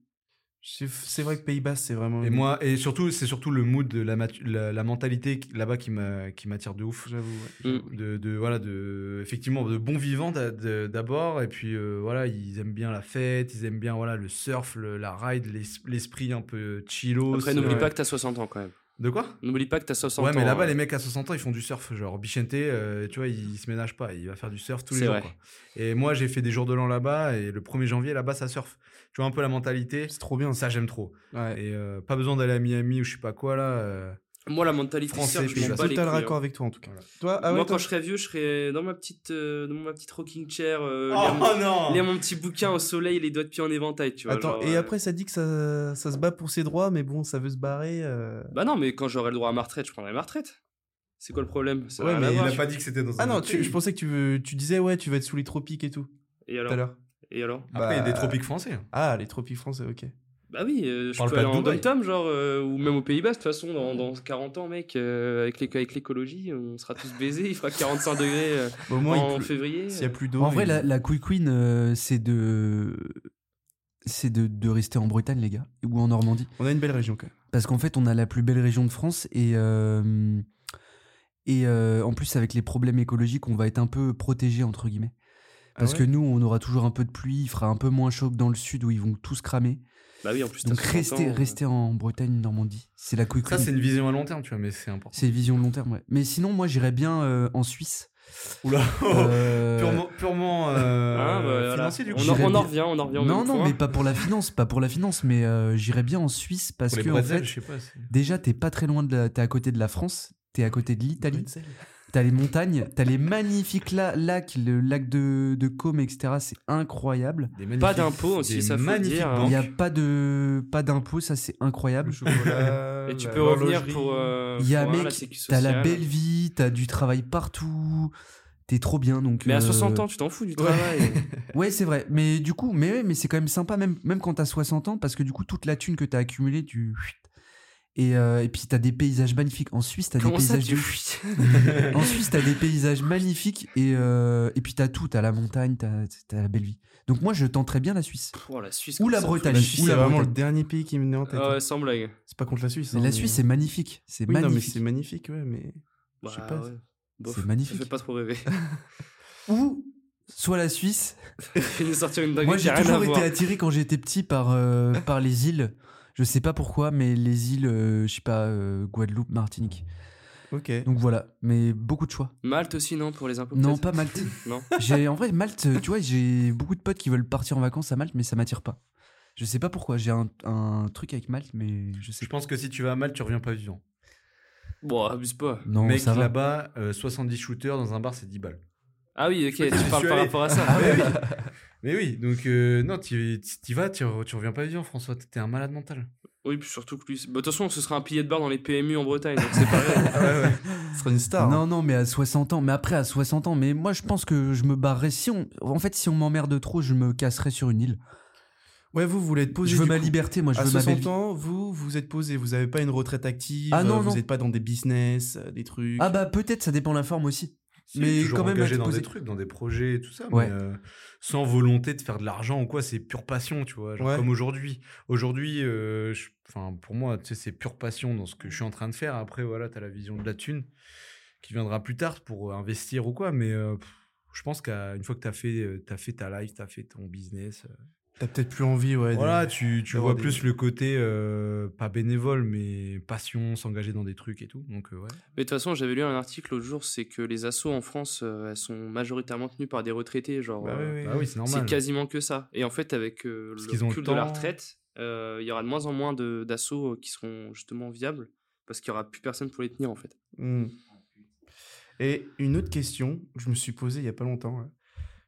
C'est c'est vrai que Pays Basque, c'est vraiment.
Et
une-
moi, et surtout, c'est surtout le mood, de la, matu- la, la mentalité qui- là-bas qui m'a- qui m'attire de ouf.
J'avoue. ouais.
Mm.
De, de- voilà, de, effectivement, de bons vivants d'a- de- d'abord, et puis euh, voilà, ils aiment bien la fête, ils aiment bien voilà le surf, le- la ride, l'es- l'esprit un peu chillos.
Après, n'oublie
euh,
pas que t'as 60 ans quand même.
De quoi
N'oublie pas que t'as 60 ans.
Ouais, mais là-bas,
hein.
les mecs à 60 ans, ils font du surf. Genre, Bichente, euh, tu vois, il, il se ménage pas. Il va faire du surf tous les
C'est
jours.
vrai.
quoi. Et moi, j'ai fait des jours de l'an là-bas, et le 1er janvier, là-bas, ça surf. Tu vois un peu la mentalité
C'est trop bien.
Ça, j'aime trop.
Ouais.
Et euh, pas besoin d'aller à Miami ou je sais pas quoi là. euh.
Moi, la mentalité
Français,
surf, je
Pays
m'en
Basque.
bats les
Total
couilles,
raccord
hein.
avec toi en tout cas. Toi, ah ouais,
Moi,
toi-
quand je serais vieux, je serais dans ma petite, euh, dans ma petite rocking chair, euh, lire, mon,
Oh non
lire mon petit bouquin au soleil, les doigts de pied en éventail, tu vois.
Attends,
genre,
et
euh,
après ça dit que ça, ça se bat pour ses droits, mais bon, ça veut se barrer. euh.
Bah non, mais quand j'aurai le droit à ma retraite, je prendrai ma retraite. C'est quoi le problème Ça n'a
Ouais,
rien
mais
à
Il
voir.
a pas dit que c'était dans un
Ah non,
autre
tu-
pays.
je pensais que tu, veux- tu disais ouais, tu vas être sous les tropiques et tout
Et
tout à
alors
l'heure.
Et alors
Après, il y a
Bah,
des tropiques français. hein.
Ah, les tropiques français, ok.
Bah oui, euh, je
Parle
peux
pas
aller
de
en
Dubaï.
dom genre, euh, ou même aux Pays-Bas, de toute façon, dans, dans 40 ans, mec, euh, avec l'éco- avec l'écologie, on sera tous baisés, il fera 45 degrés euh,
Bah, au moins, il
en
pleut.
février.
s'il y a plus d'eau.
En vrai,
il-
la, la Quick Queen, euh, c'est de. C'est de, de rester en Bretagne, les gars, ou en Normandie.
on a une belle région quand même.
Parce qu'en fait, on a la plus belle région de France et, euh, et euh, en plus, avec les problèmes écologiques, on va être un peu protégé, entre guillemets.
Ah
Parce que nous, on aura toujours un peu de pluie, il fera un peu moins chaud que dans le sud où ils vont tous cramer.
Bah oui, en plus, t'as
Donc,
60
rester,
ans, euh,
rester en Bretagne, Normandie, c'est la quick
Ça, c'est une vision à long terme, tu vois, mais c'est important.
C'est vision long terme, ouais. Mais sinon, moi, j'irais bien euh, en Suisse.
Oula
Euh,
Oh, Purement, purement euh,
hein, bah, voilà.
financier, du coup.
on,
J'irais
en, on
bien.
en revient, on en revient. au
Non,
même
non,
point.
mais pas pour la finance, pas pour la finance, mais euh, j'irais bien en Suisse parce
Pour les
que, en
bretzels,
fait,
je sais pas. c'est-
déjà, t'es pas très loin de la. T'es à côté de la France, t'es à côté de l'Italie.
Bretzel.
T'as les montagnes, t'as les magnifiques la- lacs, le lac de, de Côme, etc. C'est incroyable.
Des magnifiques-
Pas d'impôts aussi,
des
ça, faut le
magnifiques
dire. hein.
Il
banques.
n'y a pas de pas d'impôts, ça c'est
Le
incroyable.
chocolat,
Et tu
bah
la
peux revenir
horlogerie.
pour. euh,
Il y a
pour, hein,
mec,
la sécu
t'as la
sociale.
belle vie, t'as du travail partout, t'es trop bien donc.
Mais à
euh,
60 ans, tu t'en fous du travail.
Ouais, c'est vrai. Mais du coup, mais, ouais, mais c'est quand même sympa, même, même quand t'as 60 ans, parce que du coup, toute la thune que t'as accumulée, tu. Et, euh, et puis, t'as des paysages magnifiques. En Suisse, t'as des
Comment ça,
paysages
tu
de
fuis
En Suisse, t'as des paysages magnifiques et, euh, et puis t'as tout, t'as la montagne, t'as t'as la belle vie. Donc moi, je tenterais bien la Suisse.
Oh, la Suisse.
Ou
comme
la
ça,
Bretagne.
La
faut-
Suisse,
Ou
c'est
la
vraiment le
Bretagne.
dernier pays qui me venait en tête.
Ah
hein.
ouais, sans blague.
C'est pas contre la Suisse.
Mais
hein,
la Suisse, c'est magnifique, c'est
Oui, non, mais
magnifique.
c'est magnifique, ouais, mais.
Bah,
sais pas.
ouais. Bof,
C'est
Ça fait
magnifique.
pas trop rêver.
Ou soit la Suisse.
Il est sorti une dinguerie
Moi,
qui
j'ai
a rien à
toujours été
voir.
attiré quand j'étais petit par, euh, par les îles. Je sais pas pourquoi, mais les îles, euh, je sais pas, euh, Guadeloupe, Martinique.
Ok.
Donc voilà, mais beaucoup de choix.
Malte aussi, non, pour les impôts
Non,
peut-être
pas Malte.
Non.
J'ai en vrai Malte, tu vois, j'ai beaucoup de potes qui veulent partir en vacances à Malte, mais ça m'attire pas. Je sais pas pourquoi. J'ai un, un truc avec Malte, mais je sais
Je
pas.
pense que si tu vas à Mal, tu reviens pas vivant.
Bon, abuse pas.
Non,
Mec,
ça va.
là-bas, euh, 70 shooters dans un bar, c'est 10 balles.
Ah oui, ok,
Je suis
tu parles par
allé.
rapport à ça.
Mais oui. Mais oui, donc euh, non, tu y vas, tu tu reviens pas vivant, François. T'es un malade mental.
Oui, puis surtout que lui. c'est- Bah, De toute façon, ce sera un pilier de bar dans les PMU en Bretagne, donc c'est pareil.
Ah Ce sera une star. hein.
Non, non, mais à 60 ans. Mais après, à 60 ans. Mais moi, je pense que je me barrerais. Si on... En fait, si on m'emmerde trop, je me casserai sur une île.
Ouais, vous voulez être posé.
je veux
du
ma
coup.
liberté, moi, je
à
veux ma belle
60
vie.
ans, vous, vous êtes posé. Vous n'avez pas une retraite active.
Ah non,
euh,
non.
Vous n'êtes pas dans des business, euh, des trucs.
Ah bah, peut-être, ça dépend de la forme aussi.
Si,
Mais
toujours
quand même,
engagé
être
dans
posé.
des trucs, dans des projets et tout ça,
Ouais.
mais euh, sans volonté de faire de l'argent ou quoi, c'est pure passion, tu vois. genre
Ouais.
Comme aujourd'hui. Aujourd'hui, euh, je- enfin pour moi, tu sais, c'est pure passion dans ce que je suis en train de faire. Après, voilà, t'as la vision de la thune qui viendra plus tard pour euh, investir ou quoi, mais euh, pff, je pense qu'une fois que t'as fait, euh, t'as fait ta life, t'as fait ton business, euh,
T'as peut-être plus envie, ouais. de-
voilà, tu, tu
d'avoir
vois
des-
plus le côté euh, pas bénévole, mais passion, s'engager dans des trucs et tout. Donc euh, ouais.
Mais de toute façon, j'avais lu un article l'autre jour, c'est que les assos en France, euh, elles sont majoritairement tenues par des retraités. Genre,
Bah ouais,
euh,
ouais.
Bah oui, c'est normal.
c'est quasiment que ça. Et en fait, avec euh,
Parce
le
qu'ils ont le
recul de la
temps.
retraite, euh, il y aura de moins en moins de- d'assauts euh, qui seront justement viables parce qu'il n'y aura plus personne pour les tenir en fait.
Hmm. Et une autre question, que je me suis posée il y a pas longtemps. là.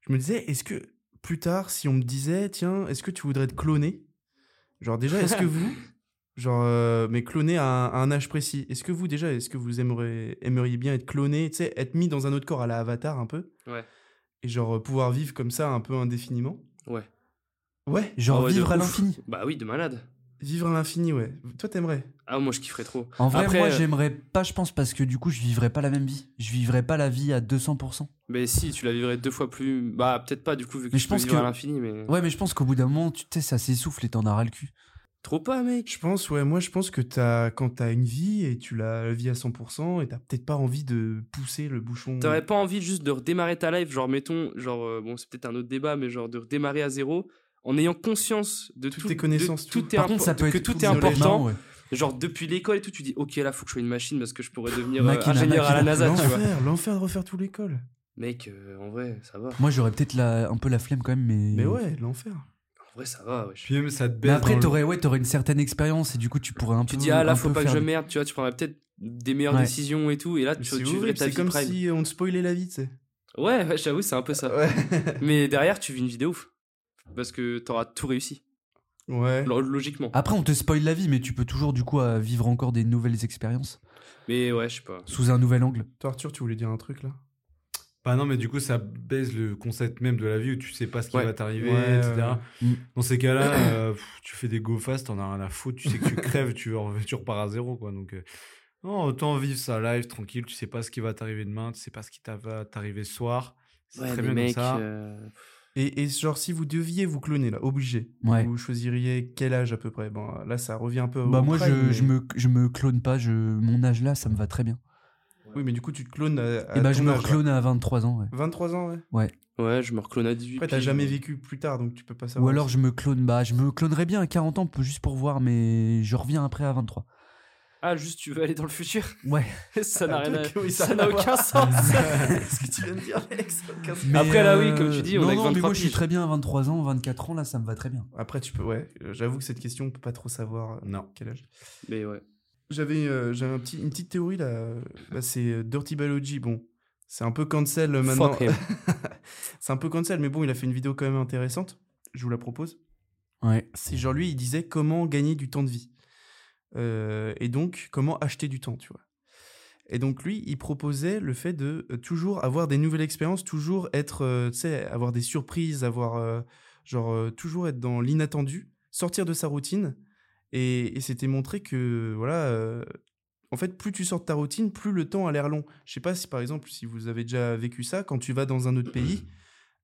Je me disais, est-ce que plus tard, si on me disait, tiens, est-ce que tu voudrais te cloner Genre déjà, est-ce que vous, genre, euh, mais cloner à un, à un âge précis, est-ce que vous déjà, est-ce que vous aimeriez, aimeriez bien être cloné, tu sais, être mis dans un autre corps à la Avatar un peu
Ouais.
Et genre euh, pouvoir vivre comme ça un peu indéfiniment
Ouais.
Ouais,
Genre
Ah ouais, de
vivre à
ouf.
l'infini.
Bah oui, de malade.
vivre à l'infini, ouais. Toi, t'aimerais
Ah, moi je kifferais trop.
En vrai,
Après,
moi,
euh,
j'aimerais pas, je pense, parce que du coup, je vivrais pas la même vie. Je vivrais pas la vie à 200%.
Mais si, tu la vivrais deux fois plus. Bah, peut-être pas du coup, vu que
Mais
je
je pense
vivre
que-
à l'infini, mais.
Ouais, mais je pense qu'au bout d'un moment, tu sais, ça s'essouffle et t'en as ras le cul.
Trop pas, mec.
Je pense, ouais, moi je pense que t'as, quand t'as une vie et tu la vis à 100% et t'as peut-être pas envie de pousser le bouchon.
T'aurais pas envie juste de redémarrer ta life, genre mettons, genre euh, bon c'est peut-être un autre débat, mais genre de redémarrer à zéro en ayant conscience de
Toutes
tout-
tes connaissances,
de, tout,
tout.
est
Par
impo-
contre, ça peut
que
être
tout est
isolé.
important.
Non, ouais.
Genre depuis l'école et tout, tu dis ok là faut que je sois une machine parce que je pourrais devenir euh,
Machina,
ingénieur à la
machina.
NASA, tu vois.
L'enfer, l'enfer de refaire toute l'école.
Mec, euh, en vrai ça va,
Moi, j'aurais peut-être la- un peu la flemme quand même, mais.
Mm.
Mais ouais, l'enfer.
en vrai ça va. wesh.
Puis même, ça te
Mais
baisse
après,
dans le-
t'aurais ouais, t'aurais une certaine expérience et du coup, tu pourrais un peu.
Tu dis ah là
un
faut
peu
pas que
faire
je
des-
merde, tu vois, tu prendrais peut-être des meilleures
Ouais.
décisions et tout, et là tu,
C'est
tu vivrais
horrible,
ta
c'est
vie
comme
prime.
si on te spoilait la vie, tu sais.
Ouais, ouais j'avoue c'est un peu ça.
Ouais.
Mais derrière tu vis une vie de ouf parce que t'auras tout réussi
ouais.
lo- logiquement.
Ah.
Après, on te spoil la vie, mais tu peux toujours du coup euh, vivre encore des nouvelles expériences
Mais ouais je sais pas.
sous un nouvel angle.
Toi, Arthur, tu voulais dire un truc là
Bah non, mais du coup, ça baisse le concept même de la vie où tu sais pas ce qui
Ouais.
va t'arriver,
Ouais,
etc.
ouais. Mm.
Dans ces cas-là, euh, pff, tu fais des go fast, t'en as rien à foutre, tu sais que tu crèves, tu, re- tu repars à zéro, quoi. Donc, euh, non, autant vivre sa live tranquille, tu sais pas ce qui va t'arriver demain, tu sais pas ce qui t'a- va t'arriver ce soir. C'est
Ouais
très
mais
bien
mec,
comme ça.
euh,
et, et genre, si vous deviez vous cloner là, obligé,
Ouais.
vous choisiriez quel âge à peu près Bon, là, ça revient un peu.
euh,
au
bah, moi,
prime,
je,
mais-
je, me, je me clone pas, je, mon âge là, ça me va très bien.
Oui, mais du coup, tu te clones. À, à
et bah, je
ton
me
âge, là.
clone à 23 ans, ouais.
23 ans, ouais.
Ouais, je me reclone à 18.
Après, t'as
puis-
jamais vécu plus tard, donc tu peux pas savoir.
Ou alors, je me clone, bah, je me clonerais bien à 40 ans peu- juste pour voir, mais je reviens après à 23.
Ah, juste tu veux aller dans le futur
Ouais.
ça n'a
Ah,
rien à...
donc, oui, ça
ça
n'a
n'a
rien à
aucun sens.
ce que tu viens de dire, Alex. aucun sens.
Mais, euh,
Après, là, oui, comme tu dis, on
non,
a que
non, mais
23
moi, je suis
piges.
très bien à 23 ans, 24 ans, là, ça me va très bien.
Après, tu peux, ouais, euh, j'avoue que cette question, on peut pas trop savoir euh,
Non.
quel âge.
Mais ouais.
J'avais euh, j'avais un petit, une petite théorie là, euh, bah, c'est euh, Dirty Biology. Bon, c'est un peu cancel euh, maintenant.
Fuck eh. him.
c'est un peu cancel, mais bon, il a fait une vidéo quand même intéressante. Je vous la propose.
Ouais.
C'est genre lui, il disait comment gagner du temps de vie. Euh, et donc, comment acheter du temps, tu vois. Et donc, lui, il proposait le fait de euh, toujours avoir des nouvelles expériences, toujours être, euh, tu sais, avoir des surprises, avoir, euh, genre, euh, toujours être dans l'inattendu, sortir de sa routine. Et, et c'était montré que, voilà, euh, en fait, plus tu sors de ta routine, plus le temps a l'air long. Je sais pas si, par exemple, si vous avez déjà vécu ça, quand tu vas dans un autre pays,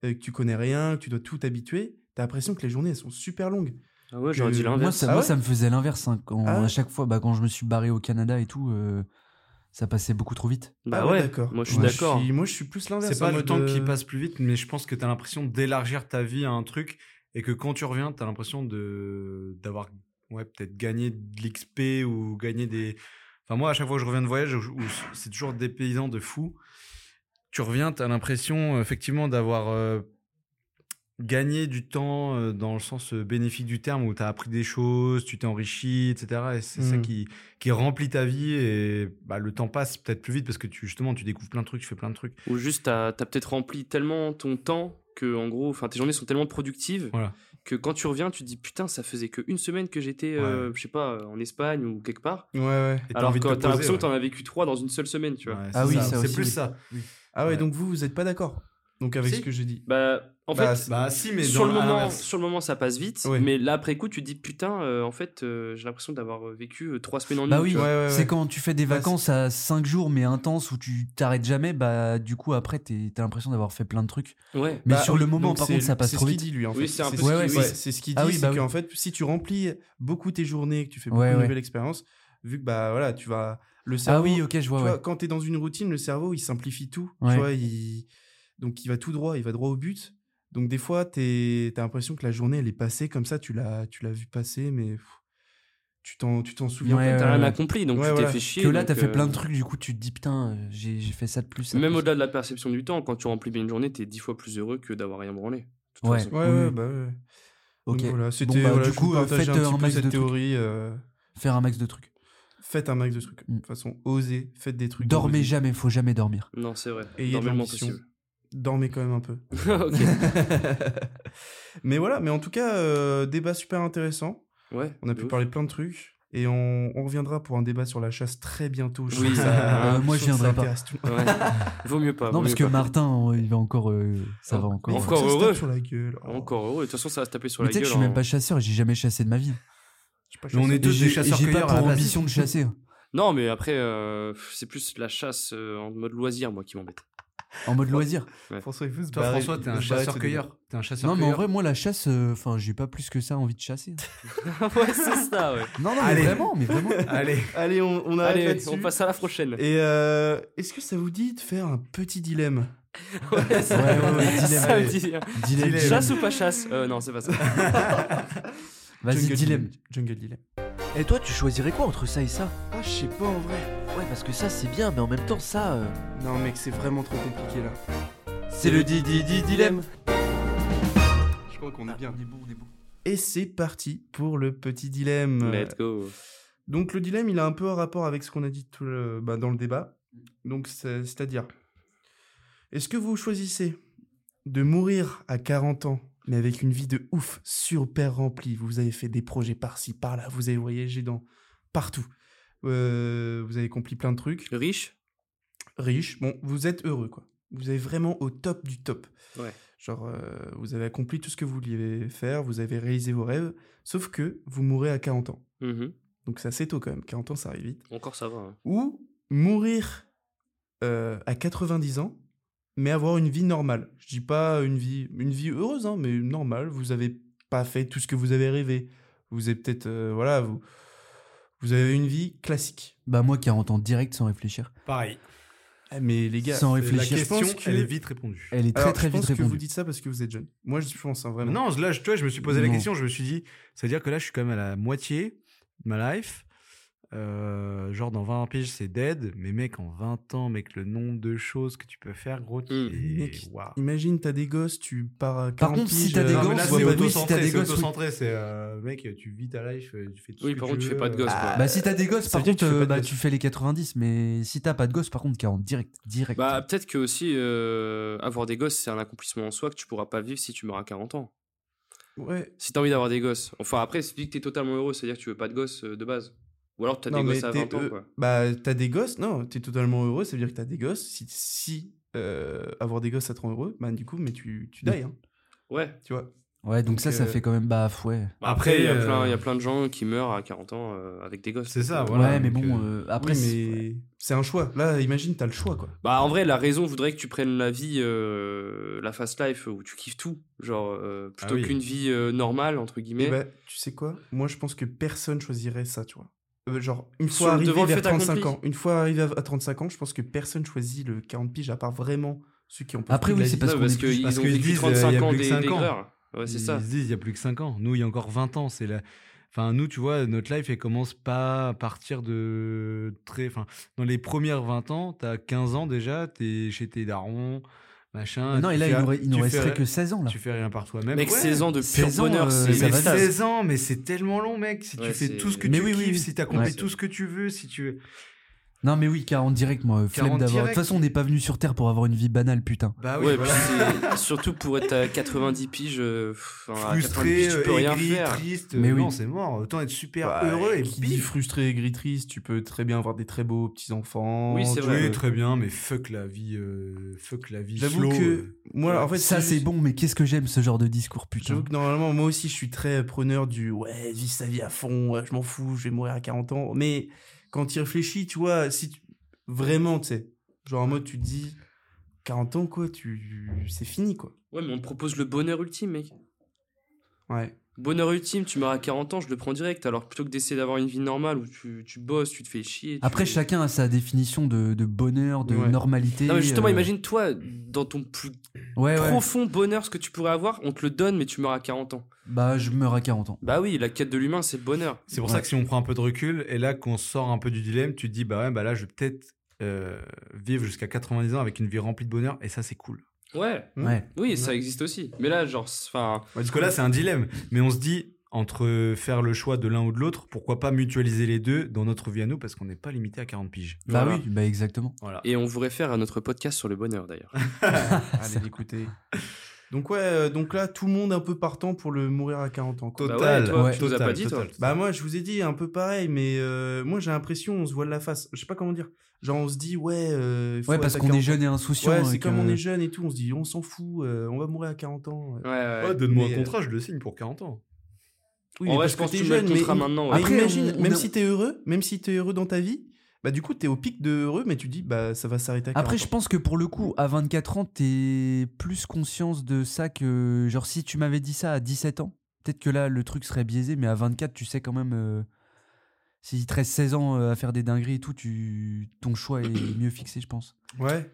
euh, que tu connais rien, que tu dois tout t'habituer, t'as l'impression que les journées, elles sont super longues.
Ah ouais, j'aurais dit
Que-
Moi,
l'inverse.
ça,
Ah
moi,
ouais
ça me faisait l'inverse. hein, quand,
Ah ouais
À chaque fois, bah, quand je me suis barré au Canada et tout, euh, ça passait beaucoup trop vite.
Bah
Ah
ouais,
d'accord.
moi je suis
Ouais,
d'accord.
Moi, je suis plus l'inverse.
C'est pas
en
le
mode,
temps qui
euh,
passe plus vite, mais je pense que t'as l'impression d'élargir ta vie à un truc et que quand tu reviens, t'as l'impression de d'avoir ouais peut-être gagné de l'XP ou gagné des. Enfin moi, à chaque fois que je reviens de voyage, où- où c'est toujours des paysans de fou. Tu reviens, t'as l'impression euh, effectivement d'avoir euh, gagné du temps euh, dans le sens euh, bénéfique du terme où t'as appris des choses, tu t'es enrichi, etc. Et c'est ça
Mm.
qui qui remplit ta vie et bah, le temps passe peut-être plus vite parce que tu justement tu découvres plein de trucs, tu fais plein de trucs.
Ou juste, t'as as, peut-être rempli tellement ton temps que, en gros, enfin, tes journées sont tellement productives
Voilà.
que quand tu reviens, tu te dis putain, ça faisait que une semaine que j'étais, euh, je sais pas, euh, en Espagne ou quelque part.
Ouais, ouais.
Et t'as
Alors
envie
que
de
t'as
te poser,
l'impression
ouais.
que t'en as vécu trois dans une seule semaine, tu vois.
Ouais,
Ah
c'est
oui,
ça,
ça
c'est
aussi,
plus
oui.
ça.
Ah ouais,
Ouais.
donc vous, vous êtes pas d'accord. Donc avec
Si.
ce que j'ai dit.
Bah, en
Bah,
fait,
Bah si, mais
sur,
dans
le
à
moment,
l'inverse.
sur le moment, ça passe vite,
Ouais.
mais là, après coup, tu te dis putain, euh, en fait, euh, j'ai l'impression d'avoir euh, vécu euh, trois semaines en une.
Bah
tu
oui,
vois.
ouais, ouais, ouais.
c'est quand tu fais des
Bah,
vacances à 5 jours mais intenses où tu t'arrêtes jamais, bah du coup après t'es- t'as l'impression d'avoir fait plein de trucs.
Ouais.
Mais
Bah,
sur
oui,
le moment
donc
par
c'est-
contre ça passe
c'est
trop
ce qu'il
vite.
dit, lui, en
Oui,
fait.
c'est un peu
ce
ce
qu'il
qu'il
dit.
ouais, c'est ce qu'il dit.
Ah oui, bah
c'est
oui.
qu'en fait, si tu remplis beaucoup tes journées, et que tu fais
Ouais,
beaucoup de
ouais.
nouvelles expériences, vu que bah voilà, tu vas le
Ah
cerveau.
oui, ok, je
tu
vois.
vois,
ouais.
quand t'es dans une routine, le cerveau il simplifie tout.
Ouais.
Tu vois, il... donc il va tout droit, il va droit au but. Donc des fois, t'es- t'as l'impression que la journée elle est passée comme ça, tu l'as, tu l'as vu passer, mais pff, tu t'en, tu t'en souviens.
Ouais,
pas.
T'as
euh,
rien accompli, donc
Ouais,
tu t'es
voilà.
fait chier.
Que là
donc,
t'as fait
euh,
plein de trucs, du coup tu te dis putain, euh, j'ai j'ai fait ça de plus. ça de
Même
plus.
au-delà de la perception du temps, quand tu remplis bien une journée, t'es dix fois plus heureux que d'avoir rien branlé. de toute
Ouais.
façon.
Ouais,
Oui.
ouais, bah ouais.
Ok.
Donc, voilà, c'était
bah,
voilà,
du
je
coup,
vous
euh,
partageais
faites,
un
euh,
petit
un
peu
max
cette
de trucs.
théorie. euh,
Faire un max de trucs.
faites un max de trucs.
Mm.
De toute façon, osez, faites des trucs.
Dormez
osez.
jamais, faut jamais dormir.
Non, c'est vrai.
Ayez de
Dormez le moins
l'ambition.
possible.
Dormez quand même un peu.
ok.
mais voilà, mais en tout cas, euh, débat super intéressant.
Ouais.
On a
de
pu
ouf.
parler de plein de trucs. Et on, on reviendra pour un débat sur la chasse très bientôt. Je
Oui,
trouve que
euh, moi,
trouve que
je
ça
viendrai pas.
intéresse tout le monde.
Ouais. Vaut mieux pas.
Non,
vaut
parce
mieux
que
pas.
Martin, euh, il va encore. euh, ça va
Mais
encore.
il faut
Encore
que ça se tape
heureux.
sur la gueule. Oh,
Encore heureux. De toute façon, ça va se taper sur
Mais tu
la
sais
gueule. hein.
que je suis
en-
même pas chasseur et j'ai jamais chassé de ma vie.
je sais pas, je
Mais on
sais
est
pas.
deux
Et j'ai- et
chasseurs
j'ai pas
cueilleurs à la
pour
base.
ambition de chasser. hein.
Non, mais après, euh, pff, c'est plus la chasse euh, en mode loisir, moi, qui m'embête.
En mode loisir.
François, il faut se
bah,
Toi,
barrer,
François, t'es
il
un
faut se barrer de ce
chasseur-cueilleur. T'es
Non, mais
un
en
chasseur-cueilleur.
vrai, moi, la chasse, euh, enfin, j'ai pas plus que ça envie de chasser. hein.
ouais, c'est ça, ouais.
Non, non, mais
Allez.
vraiment, mais vraiment.
Allez,
débat. Allez, on, on arrête
Allez,
là-dessus.
on passe à la prochaine.
Bah, Et euh, est-ce que ça vous dit de faire un petit dilemme
Ouais, ça-
Ouais, ouais, ouais, dilemme,
ça
allez.
me dit-
Dilemme.
Dilemme.
Chasse ou pas chasse Euh, Non, c'est pas ça.
Vas-y,
Jungle
dilemme.
Jungle dilemme.
Et toi, tu choisirais quoi entre ça et ça
Ah, je sais pas en vrai.
Ouais, parce que ça, c'est bien, mais en même temps, ça... euh,
Non, mec, c'est vraiment trop compliqué là.
C'est le di-di-di-dilemme
Je crois qu'on est bien.
Et c'est parti pour le petit dilemme.
Let's go.
Donc le dilemme, il a un peu un rapport avec ce qu'on a dit tout le- bah, dans le débat. Donc c'est- c'est-à-dire, est-ce que vous choisissez de mourir à 40 ans, mais avec une vie de ouf, super remplie, vous avez fait des projets par-ci, par-là, vous avez voyagé dans partout, Euh, vous avez accompli plein de trucs,
Riche
riche, bon, vous êtes heureux, quoi. Vous êtes vraiment au top du top.
Ouais.
Genre, euh, vous avez accompli tout ce que vous vouliez faire, vous avez réalisé vos rêves, sauf que vous mourrez à 40 ans.
Mhm.
Donc c'est assez tôt quand même, 40 ans ça arrive vite.
Encore ça va. hein.
Ou mourir euh, à 90 ans, mais avoir une vie normale. Je dis pas une vie, une vie heureuse, hein, mais normale. Vous avez pas fait tout ce que vous avez rêvé. Vous avez peut-être, euh, voilà, vous, vous avez une vie classique.
Bah, moi, 40 ans direct sans réfléchir.
pareil.
Ah, Mais les gars,
Sans
La
réfléchir.
je
question,
pense que-
elle est vite répondue.
Elle est très,
alors,
très
je
vite
pense que vous
répondue.
dites ça parce que vous êtes jeune. Moi, je pense hein, vraiment.
Euh, Non, là, je, toi, je me suis posé
Non.
la question. Je me suis dit, c'est-à-dire que là, je suis quand même à la moitié de ma life. Euh, genre, dans 20 piges, c'est dead. Mais mec, en 20 ans, mec, le nombre de choses que tu peux faire, gros,
Mm.
t'es-
Mec,
waouh.
Imagine, t'as des gosses, tu pars à 40
Par contre, si
piges,
t'as des
euh,
Non, mais
gosses, ouais,
là, c'est
bah oui, si t'as
autocentré.
des
C'est
gosses, oui.
autocentré. C'est euh, mec, tu vis ta life, tu fais tout
Oui,
ce
par
que
contre, tu fais pas de
veux.
gosse, quoi.
Bah, si t'as des gosses,
Ça
par
veut dire
contre,
que tu fais pas de
euh, bah,
gosses.
tu fais les 90, mais si t'as pas de gosses, par contre, 40 direct. Direct.
Bah, peut-être que aussi, euh, avoir des gosses, c'est un accomplissement en soi que tu pourras pas vivre si tu meurs à 40 ans.
Ouais,
Si t'as envie d'avoir des gosses. Enfin, après, si tu dis que t'es totalement heureux, c'est-à-dire que tu veux pas de gosses euh, de base. Ou alors t'as des
Non, mais
gosses à
t'es
20 ans,
heu-
quoi.
Bah, t'as des gosses, non, t'es totalement heureux, ça veut dire que t'as des gosses. Si, si euh, avoir des gosses, ça te rend heureux, bah, du coup, mais tu, tu die, hein,
Ouais.
tu vois.
ouais, donc
donc,
ça, ça
euh,
fait quand même bah, ouais.
Après,
Après,
il y a
euh,
plein- il y a plein de gens qui meurent à 40 ans euh, avec des gosses.
C'est ça, voilà.
Ouais, mais
donc,
bon,
euh,
euh, après,
Oui,
c'est-
mais c'est un choix. Là, imagine, t'as le choix, quoi.
Bah, en vrai, la raison voudrait que tu prennes la vie, euh, la fast life, où tu kiffes tout. Genre, euh, plutôt
Ah oui. Eh ben,
qu'une vie euh, normale, entre
Et
guillemets.
bah, tu sais quoi Moi, je pense que personne choisirait ça, tu vois. euh, genre, une
Sur
fois
le devant
arrivé
le
vers
fait
35
accompli.
ans, une fois arrivé à à 35 ans, je pense que personne choisit le 40 piges à part vraiment ceux qui ont
Après, oui, c'est
pas
parce
Non,
qu'on
parce
est plus-
qu'ils
parce
ont
qu'ils
vécu
disent, euh,
35
il y a
ans
plus que
des
cinq ans.
aigreurs. Ouais, Bah, c'est
ils
ça.
se disent, il y a plus que 5 ans. Nous, il y a encore 20 ans. C'est la... Enfin, nous, tu vois, notre life, elle commence pas à partir de très. Enfin, dans les premières 20 ans, t'as 15 ans déjà, t'es chez tes darons, machin.
Non,
tu
et là,
fais-
il aurait- il
tu
ne
fais-
resterait que 16 ans, là.
Tu fais rien par toi-même.
Mec,
Ouais.
16 ans de pur
16 ans,
bonheur,
euh,
c'est
ça
Mais
va vite.
16 ans, mais c'est tellement long, mec. Si
Ouais,
tu fais
c'est-
tout ce que
Mais
tu
oui, oui,
kiffes,
oui.
si t'accomplis
Ouais.
tout ce que tu veux, si tu veux.
Non, mais oui, 40 direct, moi. euh, Flemme
40
d'avoir. De toute
direct.
façon, on n'est pas venu sur Terre pour avoir une vie banale, putain.
Bah oui,
Ouais,
voilà.
puis c'est- surtout pour être à 90 piges, euh, pff, enfin, à 90
frustré,
piges, tu peux
euh,
rien
aigri,
faire.
triste.
Mais
euh, non,
oui.
c'est mort. Autant être super
Bah,
heureux et
qui dit
bif.
frustré, aigri, triste, tu peux très bien avoir des très beaux petits-enfants.
Oui,
tu
c'est vrai.
peux-
Oui, très bien, mais fuck la vie, euh, fuck la vie
J'avoue
slow.
que
euh.
moi, en fait,
ça, c'est
juste-
bon, mais qu'est-ce que j'aime ce genre de discours, putain.
J'avoue que normalement, moi aussi, je suis très preneur du ouais, vis sa vie à fond, ouais, je m'en fous, je vais mourir à 40 ans. Mais quand tu y réfléchis, tu vois, si tu- vraiment, tu sais, genre en mode, tu te dis 40 ans, quoi, tu... c'est fini, quoi.
Ouais, mais on te propose le bonheur ultime, mec.
Ouais.
Bonheur ultime, tu meurs à 40 ans, je le prends direct. Alors plutôt que d'essayer d'avoir une vie normale où tu, tu bosses, tu te fais chier. tu-
Après, chacun a sa définition de, de bonheur, de
Ouais.
normalité.
Non, mais justement,
euh,
imagine toi, dans ton plus
Ouais, ouais.
profond bonheur, ce que tu pourrais avoir, on te le donne, mais tu meurs à 40 ans.
Bah, je meurs à 40 ans.
Bah oui, la quête de l'humain, c'est le bonheur.
C'est pour ça que si on prend un peu de recul et là qu'on sort un peu du dilemme, tu te dis bah ouais, bah là je vais peut-être euh, vivre jusqu'à 90 ans avec une vie remplie de bonheur et ça c'est cool.
Ouais,
Mmh.
Ouais.
oui, ça existe aussi. Mais là, genre, c'est- enfin,
Parce que là c'est un dilemme, mais on se dit entre faire le choix de l'un ou de l'autre, pourquoi pas mutualiser les deux dans notre vie à nous parce qu'on n'est pas limité à 40 piges.
Bah
Voilà.
oui, bah exactement.
Voilà.
et on vous réfère à notre podcast sur le bonheur d'ailleurs.
Allez l'écouter. Donc, ouais, euh, donc là, tout le monde un peu partant pour le mourir à 40 ans, quoi.
Bah
Total,
ouais, toi,
tu
nous as pas dit, toi.
Bah moi je vous ai dit un peu pareil mais euh, moi j'ai l'impression on se voit de la face je sais pas comment dire genre on se dit ouais euh, il faut
Ouais, parce
être à
qu'on est
40 ans.
jeune et insouciant.
ouais
euh,
c'est
que-
comme on est jeune et tout on se dit on s'en fout euh, on va mourir à 40 ans
Bah, Ouais, ouais.
Ouais, donne-moi
Mais,
un
euh,
contrat, je le signe pour 40 ans.
Oui,
en
mais
vrai,
parce
je pense
t'es
que tu mets le
mais
contrat
im-
maintenant.
mais
ouais.
Après,
imagine,
on- on
même
a-
si t'es heureux, même si t'es heureux dans ta vie, bah du coup t'es au pic de heureux, mais tu dis bah ça va s'arrêter. à
Après,
40
je pense que pour le coup, à 24 ans, t'es plus conscience de ça que. Genre, si tu m'avais dit ça à 17 ans, peut-être que là, le truc serait biaisé, mais à 24, tu sais quand même. euh, S'il te reste 16 ans euh, à faire des dingueries et tout, tu... ton choix est mieux fixé, je pense.
ans. ouais,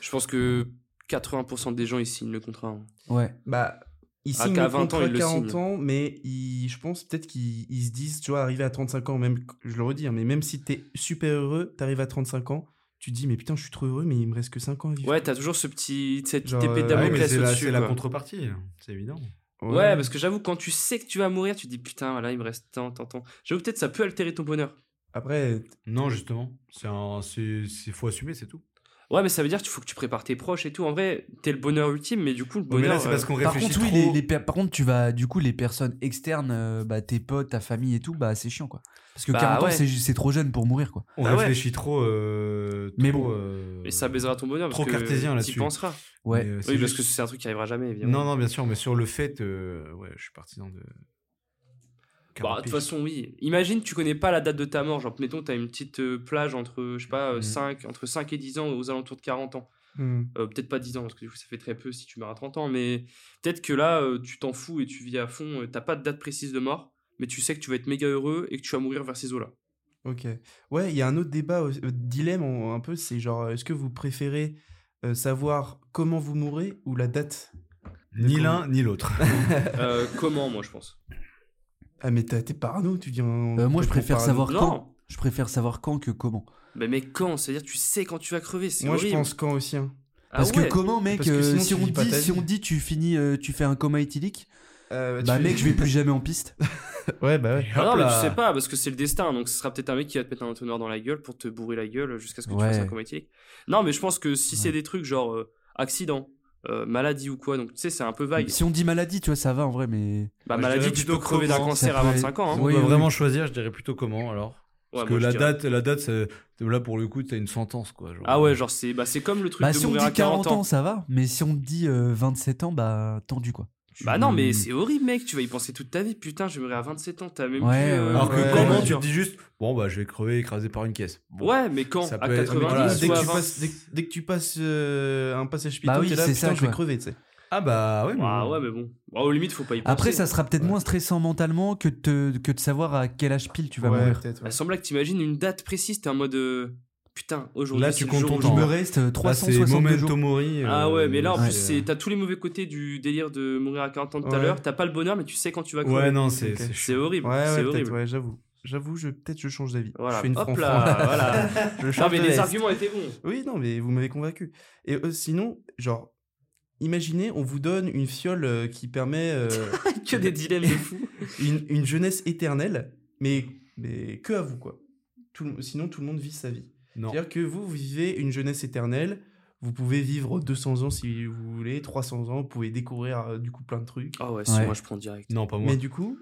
Je pense que 80% des gens ils signent le contrat. hein.
Ouais.
bah ils
Ah,
signent
qu'à
le
20 ans,
contrat
ils le
40
signent.
ans, mais ils- je pense peut-être qu'ils ils se disent, tu vois, arrivé à 35 ans, même je le redis, hein, mais même si t'es super heureux, t'arrives à 35 ans, tu te dis mais putain je suis trop heureux, mais il me reste que 5 ans à vivre.
Ouais, t'as toujours ce petit, cette petite
Genre,
épée de
euh,
Ah oui, mais
Damoclès
c'est la,
au-dessus,
c'est la
quoi.
contrepartie, c'est évident.
Ouais, parce que j'avoue, quand tu sais que tu vas mourir, tu te dis putain, voilà, il me reste tant, tant, tant. J'avoue, peut-être ça peut altérer ton bonheur.
après
Non, justement, c'est un, c'est, c'est- faut assumer, c'est tout.
Ouais, mais ça veut dire qu'il faut que tu prépares tes proches et tout. En vrai, t'es le bonheur ultime, mais du coup, le
Ouais, mais
bonheur. euh,
là, c'est parce qu'on
Par
réfléchit
contre, oui, les,
trop.
les per- par contre, tu vas. Du coup, les personnes externes, euh, bah, tes potes, ta famille et tout, bah, c'est chiant, quoi. Parce que
Bah,
40
ouais.
ans, c'est ju- c'est trop jeune pour mourir, quoi.
On
Bah ouais.
réfléchit trop. euh,
Mais
trop,
bon.
euh,
Et ça baisera ton bonheur.
Trop
parce que
cartésien
Tu
là-dessus.
penseras.
Ouais.
Mais, euh, c'est
Oui, parce
juste-
que c'est un truc qui arrivera jamais, évidemment.
Non, non, bien sûr, mais sur le fait, euh, ouais, je suis partisan de.
Bah, de toute façon, oui. Imagine, tu connais pas la date de ta mort. Genre, mettons, t'as une petite euh, plage entre, je sais pas,
Mhm.
5, entre 5 et 10 ans, aux alentours de 40 ans.
Hmm.
Euh, peut-être pas 10 ans, parce que du coup, ça fait très peu si tu meurs à 30 ans, mais peut-être que là, euh, tu t'en fous et tu vis à fond. euh, T'as pas de date précise de mort, mais tu sais que tu vas être méga heureux et que tu vas mourir vers ces eaux-là.
Ok. Ouais, il y a un autre débat, aussi- euh, dilemme en- un peu, c'est genre, est-ce que vous préférez euh, savoir comment vous mourrez ou la date
Ni l'un ni l'autre.
Euh, comment, moi, je pense
Ah mais t'as- t'es parano, tu dis... en-
Euh, moi,
t'es
je préfère
parano.
savoir quand.
Non.
Je préfère savoir quand que comment.
Bah, mais quand C'est-à-dire, tu sais quand tu vas crever. C'est
Moi, je
horrible.
pense quand aussi. hein.
Ah
Parce
ouais.
que comment, mec,
Parce que
euh,
sinon,
si,
tu
on
vis pas
dit,
ta
si
vie.
on dit tu finis, euh, tu fais un coma éthylique,
Euh,
bah
tu-
mec, je vais plus jamais en piste.
Ouais, bah ouais.
Ah non,
Hop
mais
là.
tu sais pas, parce que c'est le destin. Donc, ce sera peut-être un mec qui va te mettre un entonnoir dans la gueule pour te bourrer la gueule jusqu'à ce que tu
Ouais.
fasses un coma éthylique. Non, mais je pense que si c'est
Ouais.
des trucs genre euh, accident, euh, maladie ou quoi, donc tu sais, c'est un peu vague.
si on dit maladie, tu vois, ça va en vrai, mais.
Bah,
Bah, je
maladie,
dirais
tu peux
plutôt
crever d'un
comment,
cancer
ça
à
peut
25 ans. hein.
Si
Ouais,
on
Oui,
doit
oui,
vraiment choisir, je dirais plutôt comment alors. Parce que
moi, je
la
dirais.
date, la date, c'est- là pour le coup, t'as une sentence quoi. genre.
Ah ouais, genre, c'est bah, c'est comme le truc
Bah,
de
si on
mourir à
dit 40 ans,
ans.
ça va, mais si on dit euh, 27 ans, bah, tendu quoi.
Bah non, mais c'est horrible, mec. Tu vas y penser toute ta vie. Putain, je vais mourir à 27 ans. T'as même
Ouais,
plus, euh,
Alors que
Ouais.
comment
ouais.
tu te dis juste, bon bah je vais crever écrasé par une caisse. Bon.
Ouais, mais quand
Ça
À
peut être-
90
Voilà,
Ah dès,
ou
que
à
tu
20
passes, dès, dès que tu passes euh, un passage piton,
Bah oui,
t'es là,
c'est
putain,
ça,
je vais
quoi.
crever, tu sais.
Ah bah ouais. mais
Ah
bon.
ouais, mais bon. Bah, aux limites, faut pas y penser.
Après, ça sera peut-être moins stressant mentalement que de, te- que de savoir à quel âge pile tu vas
ouais,
mourir.
peut-être. ouais.
Il semble que t'imagines une date précise, t'es en mode. euh, Putain, aujourd'hui.
Là,
c'est
tu
le
comptes
jour
ton
où
Il
temps.
je
me
meurs.
reste euh,
Là, c'est
362
Memento
jours.
Mori. euh,
Ah ouais, mais là en
ouais,
plus, c'est- t'as tous les mauvais côtés du délire de mourir à 40 ans tout à
Ouais.
l'heure. T'as pas le bonheur, mais tu sais quand tu vas crever.
Ouais, non, c'est
Ok.
c'est
c'est
chaud.
horrible.
Ouais, ouais,
c'est
peut-être,
horrible.
ouais, j'avoue. J'avoue, je, peut-être je change d'avis.
Voilà.
Je fais une
Hop
fanfare.
là, voilà.
Je
Non,
change
mais
de
les
veste.
arguments étaient bons.
Oui, non, mais vous m'avez convaincu. Et euh, sinon, genre, imaginez, on vous donne une fiole euh, qui permet euh,
Que des dilemmes de fou.
une, une jeunesse éternelle, mais, mais que à vous, quoi. Tout, le- sinon, tout le monde vit sa vie.
Non.
C'est-à-dire que vous, vous vivez une jeunesse éternelle, vous pouvez vivre 200 ans si vous voulez, 300 ans, vous pouvez découvrir euh, du coup plein de trucs.
Ah ouais, si,
Ouais.
moi je prends direct.
Non, pas moi.
Mais du coup,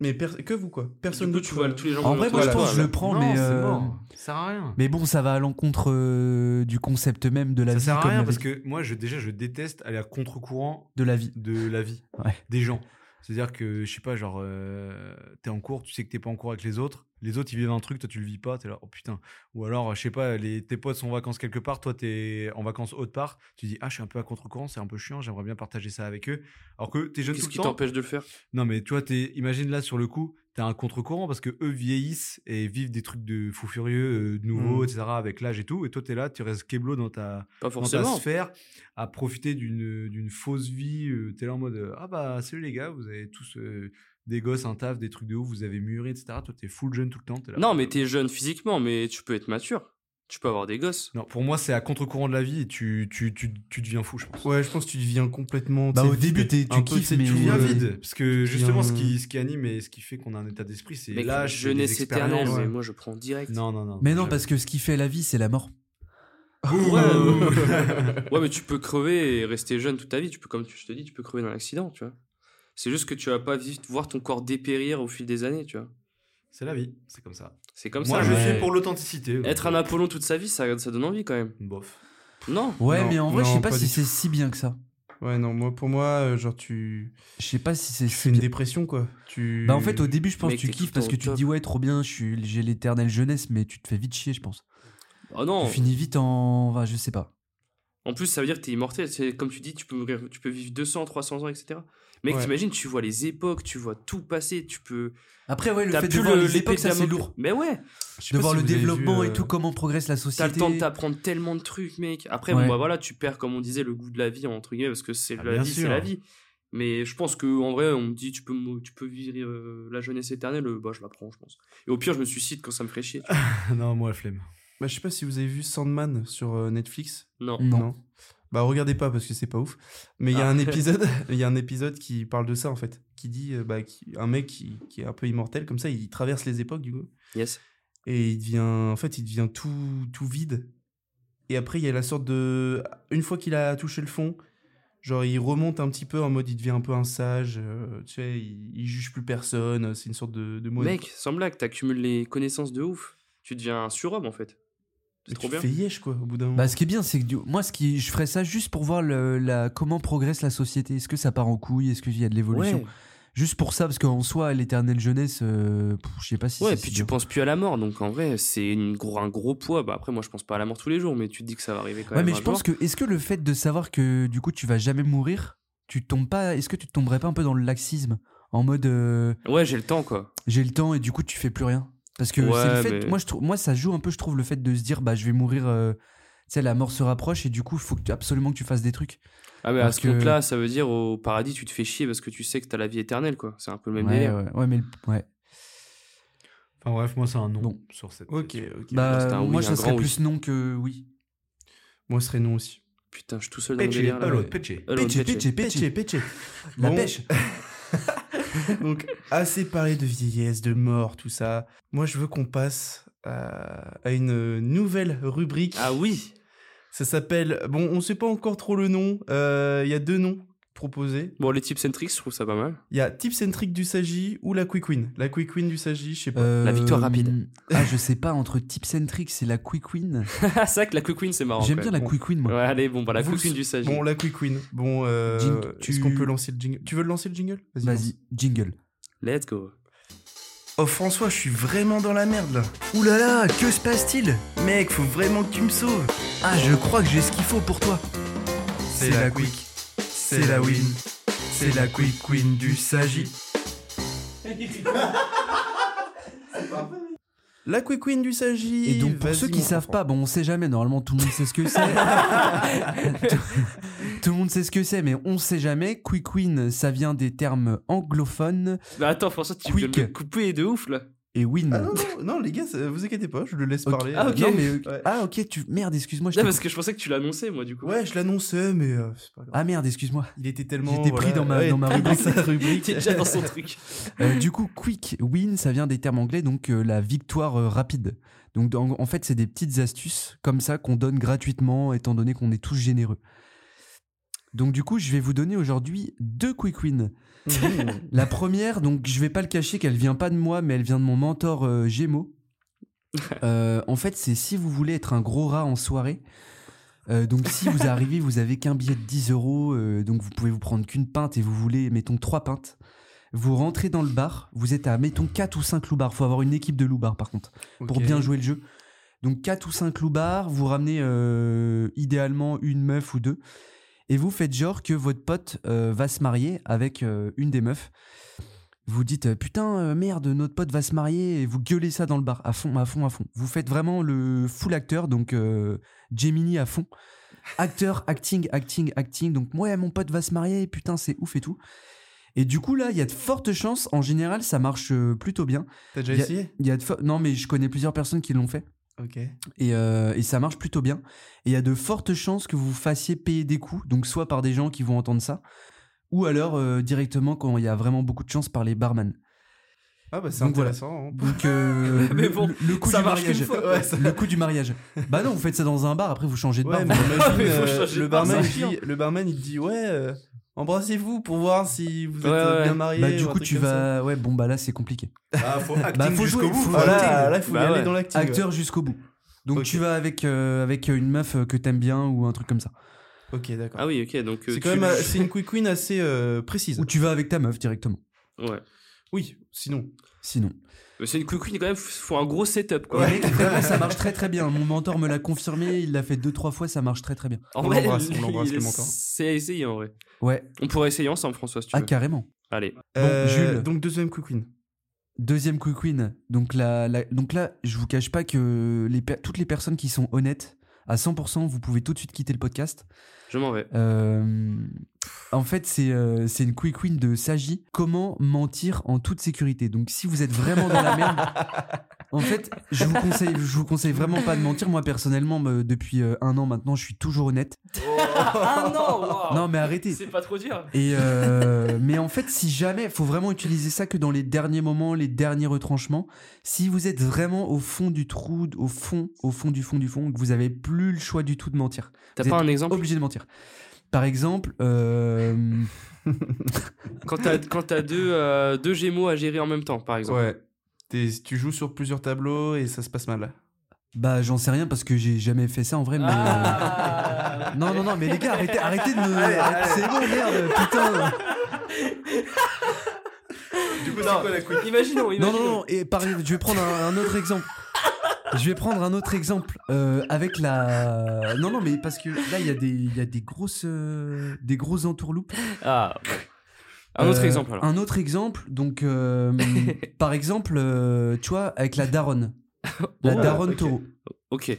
mais per- que vous, quoi. Personne
du coup,
d'autre,
tu vois
euh,
tous les gens.
En vrai, moi, je
Voilà.
pense que je le
Voilà.
prends,
Non,
mais.
c'est
euh,
mort. Ça sert à rien.
Mais bon, ça va à l'encontre euh, du concept même de la
ça
vie.
sert à
comme
rien
la
parce
vie-
que moi, je, déjà, je déteste aller à contre-courant
De la vie.
de la vie
Ouais.
des gens. C'est-à-dire que, je sais pas, genre, euh, t'es en cours, tu sais que t'es pas en cours avec les autres. Les autres, ils vivent un truc, toi, tu le vis pas, t'es là, oh putain. Ou alors, je sais pas, les, tes potes sont en vacances quelque part, toi, t'es en vacances autre part. Tu dis, ah, je suis un peu à contre-courant, c'est un peu chiant, j'aimerais bien partager ça avec eux. Alors que t'es jeune tout
Qu'est-ce
le
qui
temps.
t'empêche de le faire
Non, mais tu vois, t'es- imagine là sur le coup, t'as un contre-courant parce que eux vieillissent et vivent des trucs de fou furieux, euh, de nouveaux,
Mmh.
Mm.
etc., avec l'âge et tout. Et toi, t'es là, tu restes keblo dans ta,
Pas
dans ta
forcément.
sphère à profiter d'une euh, d'une fausse vie. euh, t'es là en mode euh, Ah bah, salut les gars, vous avez tous euh, des gosses, un taf, des trucs de ouf, vous avez mûri, etc. Toi, t'es full jeune tout le temps. t'es là.
Non, mais t'es jeune physiquement, mais tu peux être mature. Tu peux avoir des gosses.
Non, pour moi, c'est à contre-courant de la vie et tu, tu, tu, tu deviens fou, je pense.
Ouais, je pense que tu deviens complètement.
Bah,
tu sais,
au début,
vide.
t'es-
Un
tu
peu,
kiffes,
sais,
mais.
tu
Tu deviens
euh,
vide, parce que
tu
justement, ce
deviens-
qui, ce qui anime et ce qui fait qu'on a un état d'esprit, c'est
euh, Mais
l'âge, c'est les
jeunesse éternelle,
expériences.
mais moi je prends direct.
Non, non, non.
Mais non,
jamais.
parce que ce qui fait la vie, c'est la mort.
Ouais, mais tu peux crever et rester jeune toute ta vie. Tu peux, comme tu- je te dis, tu peux crever d'un accident, tu vois. C'est juste que tu vas pas vivre, voir ton corps dépérir au fil des années, tu vois.
C'est la vie, c'est comme ça.
C'est comme
Moi,
ça.
je
mais-
suis pour l'authenticité. donc,
Être un Apollon toute sa vie, ça, ça donne envie quand même.
Bof.
Non.
Ouais,
Non,
mais en vrai, je
non,
sais pas,
pas
si
du
c'est si bien que ça.
Ouais, non, moi, pour moi, euh, genre, tu.
Je sais pas si c'est
Tu fais
si
une
bien.
dépression, quoi. Tu...
Bah, en fait, au début, je pense que
Mec,
tu
t'es
kiffes
tout
parce
au
que tu te
top.
dis, ouais, trop bien, je suis- j'ai l'éternelle jeunesse, mais tu te fais vite chier, je pense.
Oh non.
Tu finis vite en. Enfin, je sais pas.
En plus, ça veut dire que t'es immortel. C'est comme tu dis, tu peux mourir, tu peux vivre 200, 300 ans, etc. Mec,
Ouais.
t'imagines, tu vois les époques, tu vois tout passer, tu peux.
Après, ouais, le
T'as
fait de
plus
voir
le-
les
l'épée
époques,
de
ça c'est
Damoclès.
lourd.
Mais
De
ouais,
voir
si
le
vous avez vu,
développement et
euh,
tout, comment progresse la société.
t'as le temps de t'apprendre tellement de trucs, mec. Après,
Ouais.
bon, bah voilà, tu perds, comme on disait, le goût de la vie, entre guillemets, parce que c'est
Ah,
la
bien
vie, c'est
sûr.
la vie. Mais je pense que en vrai, on me dit, tu peux, mou- tu peux vivre euh, la jeunesse éternelle, euh, bah je la prends, je pense. Et au pire, je me suicide quand ça me ferait chier. tu vois.
non, moi, la flemme.
Bah, je sais pas si vous avez vu Sandman sur euh, Netflix.
Non.
Non.
Bah, regardez pas parce que c'est pas ouf. Mais il y a
Ah.
un épisode, il y a un épisode qui parle de ça en fait, qui dit euh, bah qui- un mec qui, qui est un peu immortel comme ça, il traverse les époques du coup
Yes.
et il devient en fait, il devient tout tout vide. Et après il y a la sorte de une fois qu'il a touché le fond, genre il remonte un petit peu en mode il devient un peu un sage, euh, tu sais, il, il juge plus personne, c'est une sorte de, de mode.
Mec, sans blague, t'accumules les connaissances de ouf. Tu deviens un surhomme en fait. C'est
Mais
trop
tu
bien.
fais yesh quoi au bout d'un moment.
Bah, ce qui est bien, c'est que du- moi, ce qui, je ferais ça juste pour voir le- la, comment progresse la société. Est-ce que ça part en couille Est-ce qu'il y a de l'évolution
Ouais.
Juste pour ça, parce qu'en soi, l'éternelle jeunesse, euh, pff, je sais pas si.
Ouais,
c'est
et puis
si
tu
bien.
penses plus à la mort, donc en vrai, c'est une gros, un gros poids. Bah après, moi, je pense pas à la mort tous les jours, mais tu te dis que ça va arriver quand
Ouais,
même.
mais
un
je pense
jour.
que est-ce que le fait de savoir que du coup tu vas jamais mourir, tu tombes pas Est-ce que tu tomberais pas un peu dans le laxisme en mode euh,
Ouais, j'ai le temps quoi.
j'ai le temps et du coup tu fais plus rien Parce que
Ouais,
c'est le fait.
mais-
Moi, je trouve, moi, ça joue un peu, je trouve, le fait de se dire bah je vais mourir. euh, tu sais, la mort se rapproche et du coup, faut que tu- absolument que tu fasses des trucs.
Ah, mais à
Parce
ce
que-
compte-là, ça veut dire au paradis, tu te fais chier parce que tu sais que t'as la vie éternelle quoi. C'est un peu le même
ouais,
délire.
ouais, ouais, mais le- ouais.
Enfin, bref, moi, c'est un non
Bon.
sur cette.
Ok,
question.
ok.
Bah,
c'est un oui,
moi,
un
ça serait
grand oui.
plus non que oui.
Moi ce serait non aussi.
Putain, je suis tout seul dans le
Péché,
délire là.
pas l'autre,
Ouais.
péché.
Hello,
Pitché,
Pitch.
pitché,
Péché,
pitché.
péché.
La
Bon.
pêche.
Donc, assez parlé de vieillesse, de mort, tout ça. Moi, je veux qu'on passe à, à une nouvelle rubrique.
Ah oui
Ça s'appelle. Bon, on sait pas encore trop le nom. Euh, Il y a deux noms proposés.
Bon, les tips and tricks, je trouve ça pas mal.
Il y a Tips and Tricks du Sagi ou la Quick Win. La Quick Win du Sagi, je sais pas.
Euh,
victoire rapide.
Ah, je sais pas, entre Tips and Tricks et la Quick Win.
c'est vrai que la quick win, c'est marrant.
J'aime
quand
bien
même.
la Quick Win, moi.
Ouais, allez, bon, bah la
Vous
quick
le-
win du sagit.
Bon, la Quick Win. Bon, euh,
Jing, tu-
est-ce qu'on peut lancer le jingle Tu veux le lancer le jingle lance.
Vas-y, jingle.
Let's go.
Oh, François, je suis vraiment dans la merde là.
Ouh là là, que se passe-t-il
Mec, faut vraiment que tu me sauves.
Ah, je crois que j'ai ce qu'il faut pour toi.
C'est la Quick.
C'est c'est la win. C'est la quick queen du Sagi.
La Quick Queen du Sagi.
Et donc, pour ceux qui savent pas, bon, on sait jamais. Normalement, tout le monde sait ce que c'est. tout, tout le monde sait ce que c'est, mais on sait jamais. Quick win, ça vient des termes anglophones.
Bah attends, François, tu
Quick.
peux me couper de ouf là.
Et win.
Ah non, non, non, les gars, ça- vous inquiétez pas, je le laisse
Ok.
parler. euh,
Ah, ok.
Non, mais-
Ouais.
Ah, ok, tu. Merde, excuse-moi. je
Non,
t'ai-
parce que je pensais que tu l'annonçais, moi, du coup.
Ouais, je l'annonçais, mais euh, c'est pas grave.
Ah, merde, excuse-moi.
Il était tellement.
J'étais pris dans ma- dans ma rubrique.
sa rubrique.
T'es déjà dans son truc.
Euh, du coup, quick win, ça vient des termes anglais, donc euh, la victoire euh, rapide. Donc, dans- en fait, c'est des petites astuces comme ça qu'on donne gratuitement, étant donné qu'on est tous généreux. Donc, du coup, je vais vous donner aujourd'hui deux quick wins.
Mhm.
La première, donc je vais pas le cacher qu'elle vient pas de moi, mais elle vient de mon mentor euh, Gémeaux. Euh, en fait, c'est si vous voulez être un gros rat en soirée. euh, donc si vous arrivez, vous avez qu'un billet de 10 euros, euh, donc vous pouvez vous prendre qu'une pinte et vous voulez, mettons, trois pintes. Vous rentrez dans le bar, vous êtes à, mettons, 4 ou 5 loups faut avoir une équipe de loups par contre pour
Ok.
bien jouer le jeu. Donc 4 ou 5 loupards, vous ramenez euh, idéalement une meuf ou deux, et vous faites genre que votre pote euh, va se marier avec euh, une des meufs. Vous dites euh, putain euh, merde notre pote va se marier et vous gueulez ça dans le bar à fond à fond à fond. Vous faites vraiment le full acteur donc euh, Gemini à fond. Acteur acting acting acting donc ouais mon pote va se marier putain c'est ouf et tout. Et du coup là il y a de fortes chances en général ça marche euh, plutôt bien.
T'as déjà
Y a-
essayé
Il y a de fo- non, mais je connais plusieurs personnes qui l'ont fait
Ok.
et, euh, et ça marche plutôt bien. Et il y a de fortes chances que vous vous fassiez payer des coûts, donc soit par des gens qui vont entendre ça, ou alors euh, directement quand il y a vraiment beaucoup de chance par les barman.
Ah, bah, c'est
Donc, voilà.
intéressant. hein.
Donc euh,
Mais
le-
bon,
le, le coût
ça
du
marche
mariage.
une fois, quoi.
Ouais, ça- Le coût du mariage. Bah non, vous faites ça dans un bar, après vous changez de
Ouais,
bar.
mais
vous-
imagine,
Mais faut
euh,
changer
le,
de bar,
barman,
c'est
il dit, le barman, il te dit Ouais, euh, embrassez-vous pour voir si vous êtes
Ouais,
euh,
ouais.
bien mariés.
Bah
ou
du
un
coup
truc
tu
comme ça.
vas ouais bon bah là c'est compliqué.
Ah, faut acting
Bah, faut
jusqu'au
jouer,
bout.
faut-
faut
Voilà,
acting.
là, il faut y
Bah
aller
ouais.
dans l'acting.
euh, Acteur jusqu'au bout. Donc
Ok.
tu vas avec euh, avec une meuf euh, que t'aimes bien ou un truc comme ça.
ouais. Ok, d'accord.
Ah oui, ok, donc. euh,
c'est
tu-
quand même euh, c'est une quick win assez euh, précise.
Ou tu vas avec ta meuf directement.
Ouais.
Oui, sinon.
Sinon.
Mais c'est une quick win quand même, faut un gros setup quoi.
Ouais. ça marche très très bien. Mon mentor me l'a confirmé, il l'a fait deux trois fois, ça marche très très bien.
En
On l'embrasse, on l'embrasse,
il-
le mentor.
C'est à essayer en vrai.
Ouais,
On pourrait essayer ensemble, François, si tu
ah
veux.
carrément.
Allez.
Bon, Jules.
Euh, Donc, deuxième quick win.
Deuxième quick win. Donc là, donc là, je vous cache pas que les per- toutes les personnes qui sont honnêtes à 100%, vous pouvez tout de suite quitter le podcast.
Je m'en vais.
Euh, en fait, c'est euh, c'est une quick win de Sagi. Comment mentir en toute sécurité Donc si vous êtes vraiment dans la merde. En fait, je vous conseille, je vous conseille vraiment pas de mentir. Moi personnellement, me- depuis euh, un an maintenant, je suis toujours honnête.
Ah non,
Non, mais arrêtez.
C'est pas trop dur.
Et euh, mais en fait, si jamais, faut vraiment utiliser ça que dans les derniers moments, les derniers retranchements. Si vous êtes vraiment au fond du trou, au fond, au fond du fond du fond, que vous avez plus le choix du tout de mentir,
T'as
Vous
pas
êtes
un exemple
obligé de mentir. Par exemple, euh,
Quand t'as quand t'as deux, euh, deux gémeaux à gérer en même temps, par exemple.
Ouais. T'es- tu joues sur plusieurs tableaux et ça se passe mal.
bah j'en sais rien parce que j'ai jamais fait ça en vrai. Mais... euh,
Ah.
Non non non, mais les gars, arrêtez, arrêtez de me. C'est bon, merde, putain.
Du coup, c'est
Non.
quoi la quick
Imaginons,
Non,
imaginons.
non, non, et par- je vais prendre un, un autre exemple. Je vais prendre un autre exemple euh, avec la. Non, non, mais parce que là, il y a des, il y a des grosses, euh, des grosses entourloupes.
Ah, bon. Un autre
Euh,
exemple alors.
Un autre exemple, donc, euh, par exemple, euh, tu vois, avec la daronne. La
Oh,
daronne
ok.
taureau.
Ok.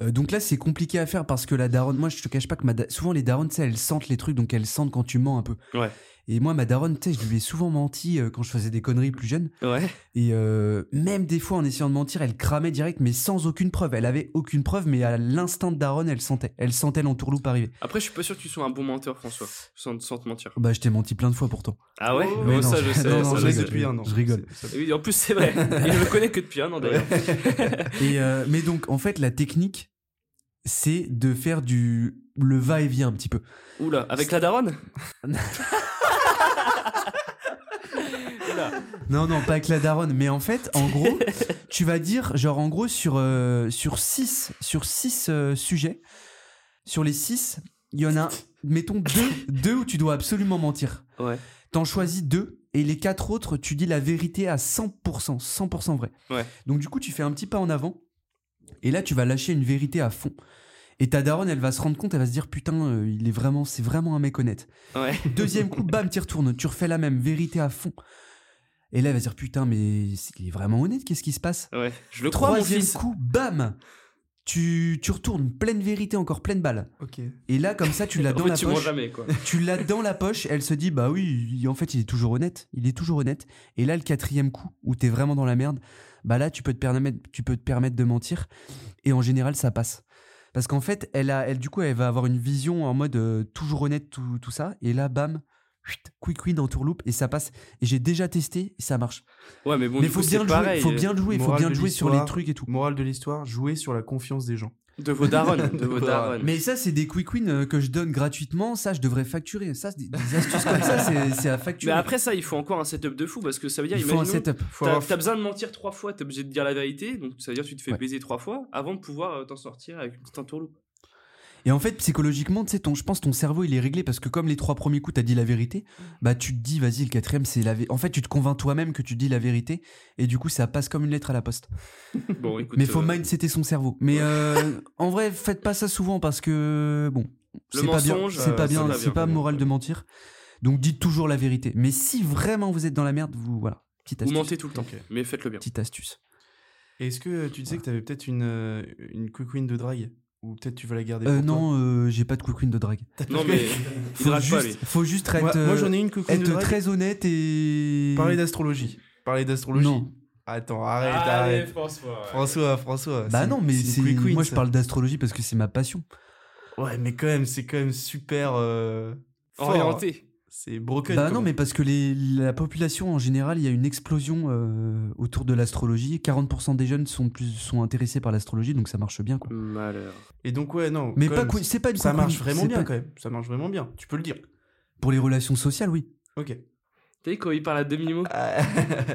Euh, donc là, c'est compliqué à faire parce que la daronne, moi, je te cache pas que ma da- souvent les daronnes, tu sais, elles sentent les trucs, donc elles sentent quand tu mens un peu.
Ouais.
Et moi, ma daronne, tu sais, je lui ai souvent menti euh, quand je faisais des conneries plus jeune.
Ouais.
Et euh, même des fois, en essayant de mentir, elle cramait direct, mais sans aucune preuve. Elle avait aucune preuve, mais à l'instinct de Daronne, elle sentait. Elle sentait l'entourloupe arriver.
Après, je suis pas sûr que tu sois un bon menteur, François. Sans, sans te mentir.
Bah, je t'ai menti plein de fois pourtant.
Ah ouais
Mais
Bon,
non,
Ça, je sais.
non,
ça,
non,
je
je
sais.
rigole.
depuis un an.
Je rigole.
C'est-
Oui, en plus, c'est vrai. Et je le connais que depuis un an d'ailleurs.
Et euh, mais donc, en fait, la technique, c'est de faire du le va-et-vient un petit peu.
Oula, avec la daronne Oula.
Non, non, pas avec la Daronne, mais en fait, en gros, tu vas dire, genre, en gros, sur euh, sur six, sur six euh, sujets, sur les six, il y en a, mettons deux, deux où tu dois absolument mentir.
Ouais.
T'en choisis deux et les quatre autres, tu dis la vérité à 100%, 100% vrai.
Ouais.
Donc du coup, tu fais un petit pas en avant et là, tu vas lâcher une vérité à fond. Et ta daronne, elle va se rendre compte, elle va se dire putain, euh, il est vraiment, c'est vraiment un mec honnête.
Ouais.
Deuxième coup, bam, t'y retournes, tu refais la même vérité à fond. Et là, elle va se dire putain, mais c'est- il est vraiment honnête, qu'est-ce qui se passe
Ouais, je le crois, mon
Troisième
fils.
coup, bam, tu, tu retournes, pleine vérité encore, pleine balle.
Ok.
Et là, comme ça, tu l'as
En
dans
fait,
la
tu mens
poche.
jamais, quoi.
Tu l'as dans la poche, elle se dit bah oui, il- en fait il est toujours honnête, il est toujours honnête. Et là le quatrième coup où t'es vraiment dans la merde, bah là tu peux te permettre, tu peux te permettre de mentir et en général ça passe. Parce qu'en fait elle a, elle du coup elle va avoir une vision en mode euh, toujours honnête tout, tout ça et là bam, chuit, quick win en tourloupe et ça passe. Et j'ai déjà testé et ça marche.
Ouais, mais bon,
Mais
du
faut
coup,
bien,
c'est
le jouer,
pareil. euh.
faut bien le jouer, faut
Morale
bien
de
le jouer sur les
l'histoire.
trucs et tout.
Morale de l'histoire, jouer sur la confiance des gens.
De vos darons, de vos
Faut-
darons.
Mais ça, c'est des quick wins euh, que je donne gratuitement. Ça, je devrais facturer. Ça, c'est des, des astuces comme ça, c'est c'est à
Mais
facturer.
après ça, il faut encore un setup de fou parce que ça veut dire,
il faut un
imaginons,
setup.
Faut
t'as
avoir-
t'as besoin de mentir trois fois, t'es obligé de dire la vérité, donc ça veut dire que tu te fais
Ouais.
baiser trois fois avant de pouvoir euh, t'en sortir avec une petite entourloupe.
Et en fait, psychologiquement, tu sais, ton- je pense ton cerveau, il est réglé parce que comme les trois premiers coups, t'as dit la vérité,
Mm.
bah tu te dis, vas-y, le quatrième, c'est la vérité. En fait, tu te convaincs toi-même que tu dis la vérité et du coup, ça passe comme une lettre à la poste.
Bon, écoute.
Mais faut
euh,
mindseter son cerveau. Mais euh, en vrai, faites pas ça souvent parce que, bon,
Le
c'est pas bien,
mensonge,
c'est
euh,
pas
c'est
bien,
pas
c'est
bien.
pas moral de mentir. Donc dites toujours la vérité. Mais si vraiment vous êtes dans la merde, vous, voilà, petite
Vous
astuce.
mentez tout le temps,
Ok.
mais faites-le bien.
Petite astuce.
Est-ce que euh, tu disais que t'avais peut-être une, euh, une quick win de drague Ou peut-être tu vas la garder
Euh,
pour toi
non, euh, j'ai pas de quick win de drague.
Non, mais il
Faut
drague pas, lui.
juste, faut juste
Moi,
être, euh,
moi, j'en ai une quick win de
être
drague.
très honnête et.
Parler d'astrologie. Parler d'astrologie.
Non.
Attends, arrête, arrête.
François.
François, François.
Bah
c'est-
non, mais
une
c'est
quick win,
moi je
ça.
parle d'astrologie parce que c'est ma passion.
Ouais, mais quand même, c'est quand même super. euh, fort.
Orienté.
C'est broken.
Bah
quand
non,
même.
mais parce que les, la population en général, il y a une explosion euh, autour de l'astrologie. 40% des jeunes sont plus sont intéressés par l'astrologie, donc ça marche bien quoi.
Malheur.
Et donc, ouais, non.
Mais
quand
pas
même,
quick- c'est pas une
Ça
quick
marche
win,
vraiment
c'est
bien
pas-
quand même. Ça marche vraiment bien. Tu peux le dire.
Pour les relations sociales, oui.
Ok.
T'as vu quand il parle à demi-mot
Ah.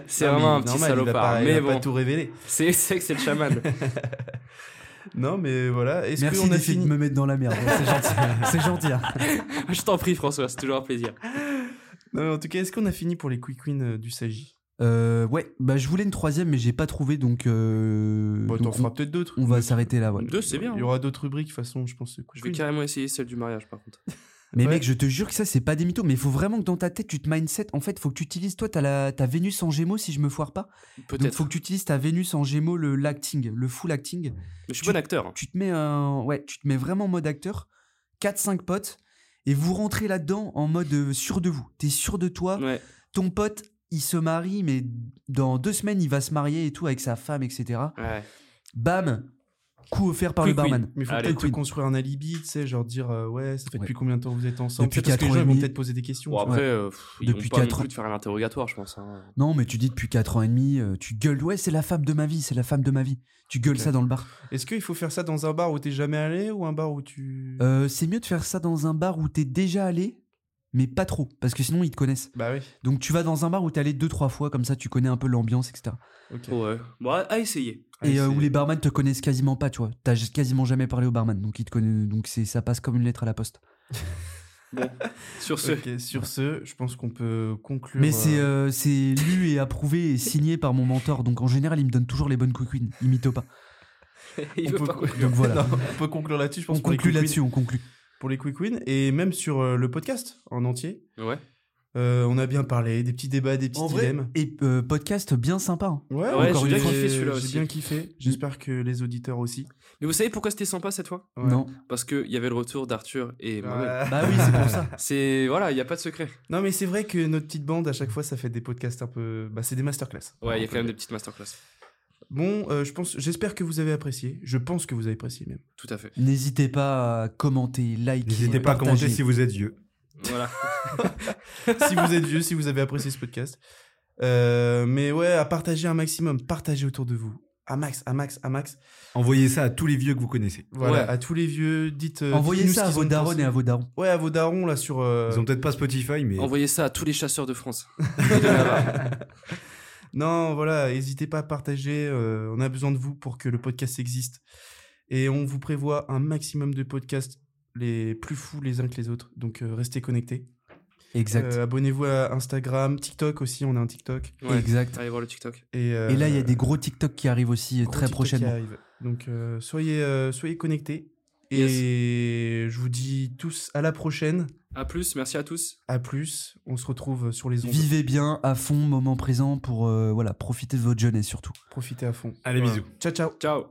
C'est
Non, mais
vraiment un petit
normal, il va
salopard,
pas- il
mais
va pas
bon.
tout révéler.
C'est c'est vrai que c'est le chaman.
Non, mais voilà. Est-ce
Merci
qu'on a
d'essayer
fini
de me mettre dans la merde. Ouais, c'est gentil. c'est gentil. hein.
Je t'en prie, François, c'est toujours un plaisir.
Non, mais en tout cas, est-ce qu'on a fini pour les quick wins euh, du Sagi
Euh, ouais, bah je voulais une troisième, mais j'ai pas trouvé, donc, euh,
Bah, t'en
donc on,
feras peut-être d'autres.
on va s'arrêter là. Ouais.
Deux, c'est bien. hein.
Il y aura d'autres rubriques, de toute façon, je pense. ce quick
Je vais
win.
carrément essayer celle du mariage, par contre.
Mais
Ouais.
mec, je te jure que ça, c'est pas des mythos. Mais il faut vraiment que dans ta tête, tu te mindset. En fait, faut que tu utilises. Toi, t'as la- t'as Vénus en gémeaux, si je me foire pas. Donc,
Peut-être.
faut que tu utilises ta Vénus en gémeaux, le l'acting, le full acting.
Mais je suis bon acteur. hein.
Tu te mets un, ouais, tu te mets vraiment en mode acteur, 4-5 potes, et vous rentrez là-dedans en mode euh, sûr de vous. T'es sûr de toi.
Ouais.
Ton pote, il se marie, mais dans deux semaines, il va se marier et tout avec sa femme, etc.
Ouais.
Bam, coup offert par
Quick
le
win.
barman.
Mais faut
Allez,
peut-être te
queen.
construire un alibi, tu sais, genre dire euh, ouais, ça fait depuis combien de temps vous êtes ensemble
Depuis
Peut-être Parce que les
quatre ans
gens
et
ils vont
demi.
peut-être poser des questions.
Bon,
tu vois.
après, euh, pff, ils
Depuis
vont pas non
quatre ans.
plus de faire un interrogatoire, je pense. hein.
Non, mais tu dis depuis 4 ans et demi, euh, tu gueules. Ouais, c'est la femme de ma vie, c'est la femme de ma vie. Tu gueules
Ok.
ça dans le bar.
Est-ce qu'il faut faire ça dans un bar où t'es jamais allé ou un bar où tu.
Euh, c'est mieux de faire ça dans un bar où t'es déjà allé, mais pas trop, parce que sinon ils te connaissent.
Bah oui.
Donc tu vas dans un bar où t'es allé deux trois fois, comme ça tu connais un peu l'ambiance, etc.
Ok.
Ouais. Bon, à- à essayer.
Ouais,
et euh,
c'est-
où les barman te connaissent quasiment pas, tu vois. T'as j- quasiment jamais parlé au barman, donc ils te connaissent, donc c'est ça passe comme une lettre à la poste.
Sur
Euh,
ce.
Ok, sur ce, je pense qu'on peut conclure.
Mais c'est
euh,
euh, c'est lu et approuvé et signé par mon mentor, donc en général il me donne toujours les bonnes quick il m'y pas.
il
on
veut
peut-
pas qu'on-
Donc voilà,
Non, on peut conclure là-dessus, je pense.
on
pour les
conclut
quick wins-
là-dessus, on conclut.
Pour les quick wins et même sur euh, le podcast en entier.
Ouais.
Euh, on a bien parlé, des petits débats, des petits
En vrai,
dilemmes.
et euh, podcast bien sympa. hein.
Ouais,
Ouais,
encore
j'ai
une
bien
fois,
kiffé celui-là
J'ai
aussi.
bien kiffé. J'espère que les auditeurs aussi.
Mais vous savez pourquoi c'était sympa cette fois
Ouais.
Non,
Parce qu'il y avait le retour d'Arthur et moi-même.
Ouais.
bah oui c'est pour ça.
C'est. Voilà, il n'y a pas de secret.
Euh, Non, mais c'est vrai que notre petite bande, à chaque fois, ça fait des podcasts un peu. Bah, c'est des masterclass.
Ouais, il y a
On
quand même
peut
des petites masterclass.
dire. Bon, euh, je pense, j'espère que vous avez apprécié. Je pense que vous avez apprécié même.
Tout à fait.
N'hésitez pas à commenter, liker,
N'hésitez pas à commenter si vous êtes vieux.
Voilà.
si vous êtes vieux, si vous avez apprécié ce podcast. Euh, mais ouais, à partager un maximum, partagez autour de vous. À max, à max, à max.
Envoyez ça à tous les vieux que vous connaissez.
Voilà,
Ouais.
à tous les vieux, dites. euh,
Envoyez
dites-nous
ça
ce
à
qu'ils
vos
ont
darons
pensé.
et à vos darons.
Ouais, à vos darons là sur. euh,
Ils ont peut-être pas Spotify, mais
Envoyez ça à tous les chasseurs de France.
Non, voilà, n'hésitez pas à partager. euh, on a besoin de vous pour que le podcast existe. Et on vous prévoit un maximum de podcasts, les plus fous les uns que les autres. Donc euh, restez connectés.
Exact.
Euh, Abonnez-vous à Instagram, TikTok aussi, on a un TikTok.
Euh, Ouais.
Exact.
Allez voir le TikTok.
Et, euh,
Et là, il y a des gros TikTok qui arrivent aussi euh,
gros
très
TikTok qui
prochainement.
arrivent. Donc euh, soyez, euh, soyez connectés. Et je vous dis tous à la prochaine.
À plus, merci à tous.
À plus. On se retrouve sur les ondes.
Vivez bien à fond, moment présent, pour euh, voilà, profiter de votre jeunesse surtout.
Profitez à fond.
Allez,
Voilà.
bisous.
Ciao, ciao.
Ciao.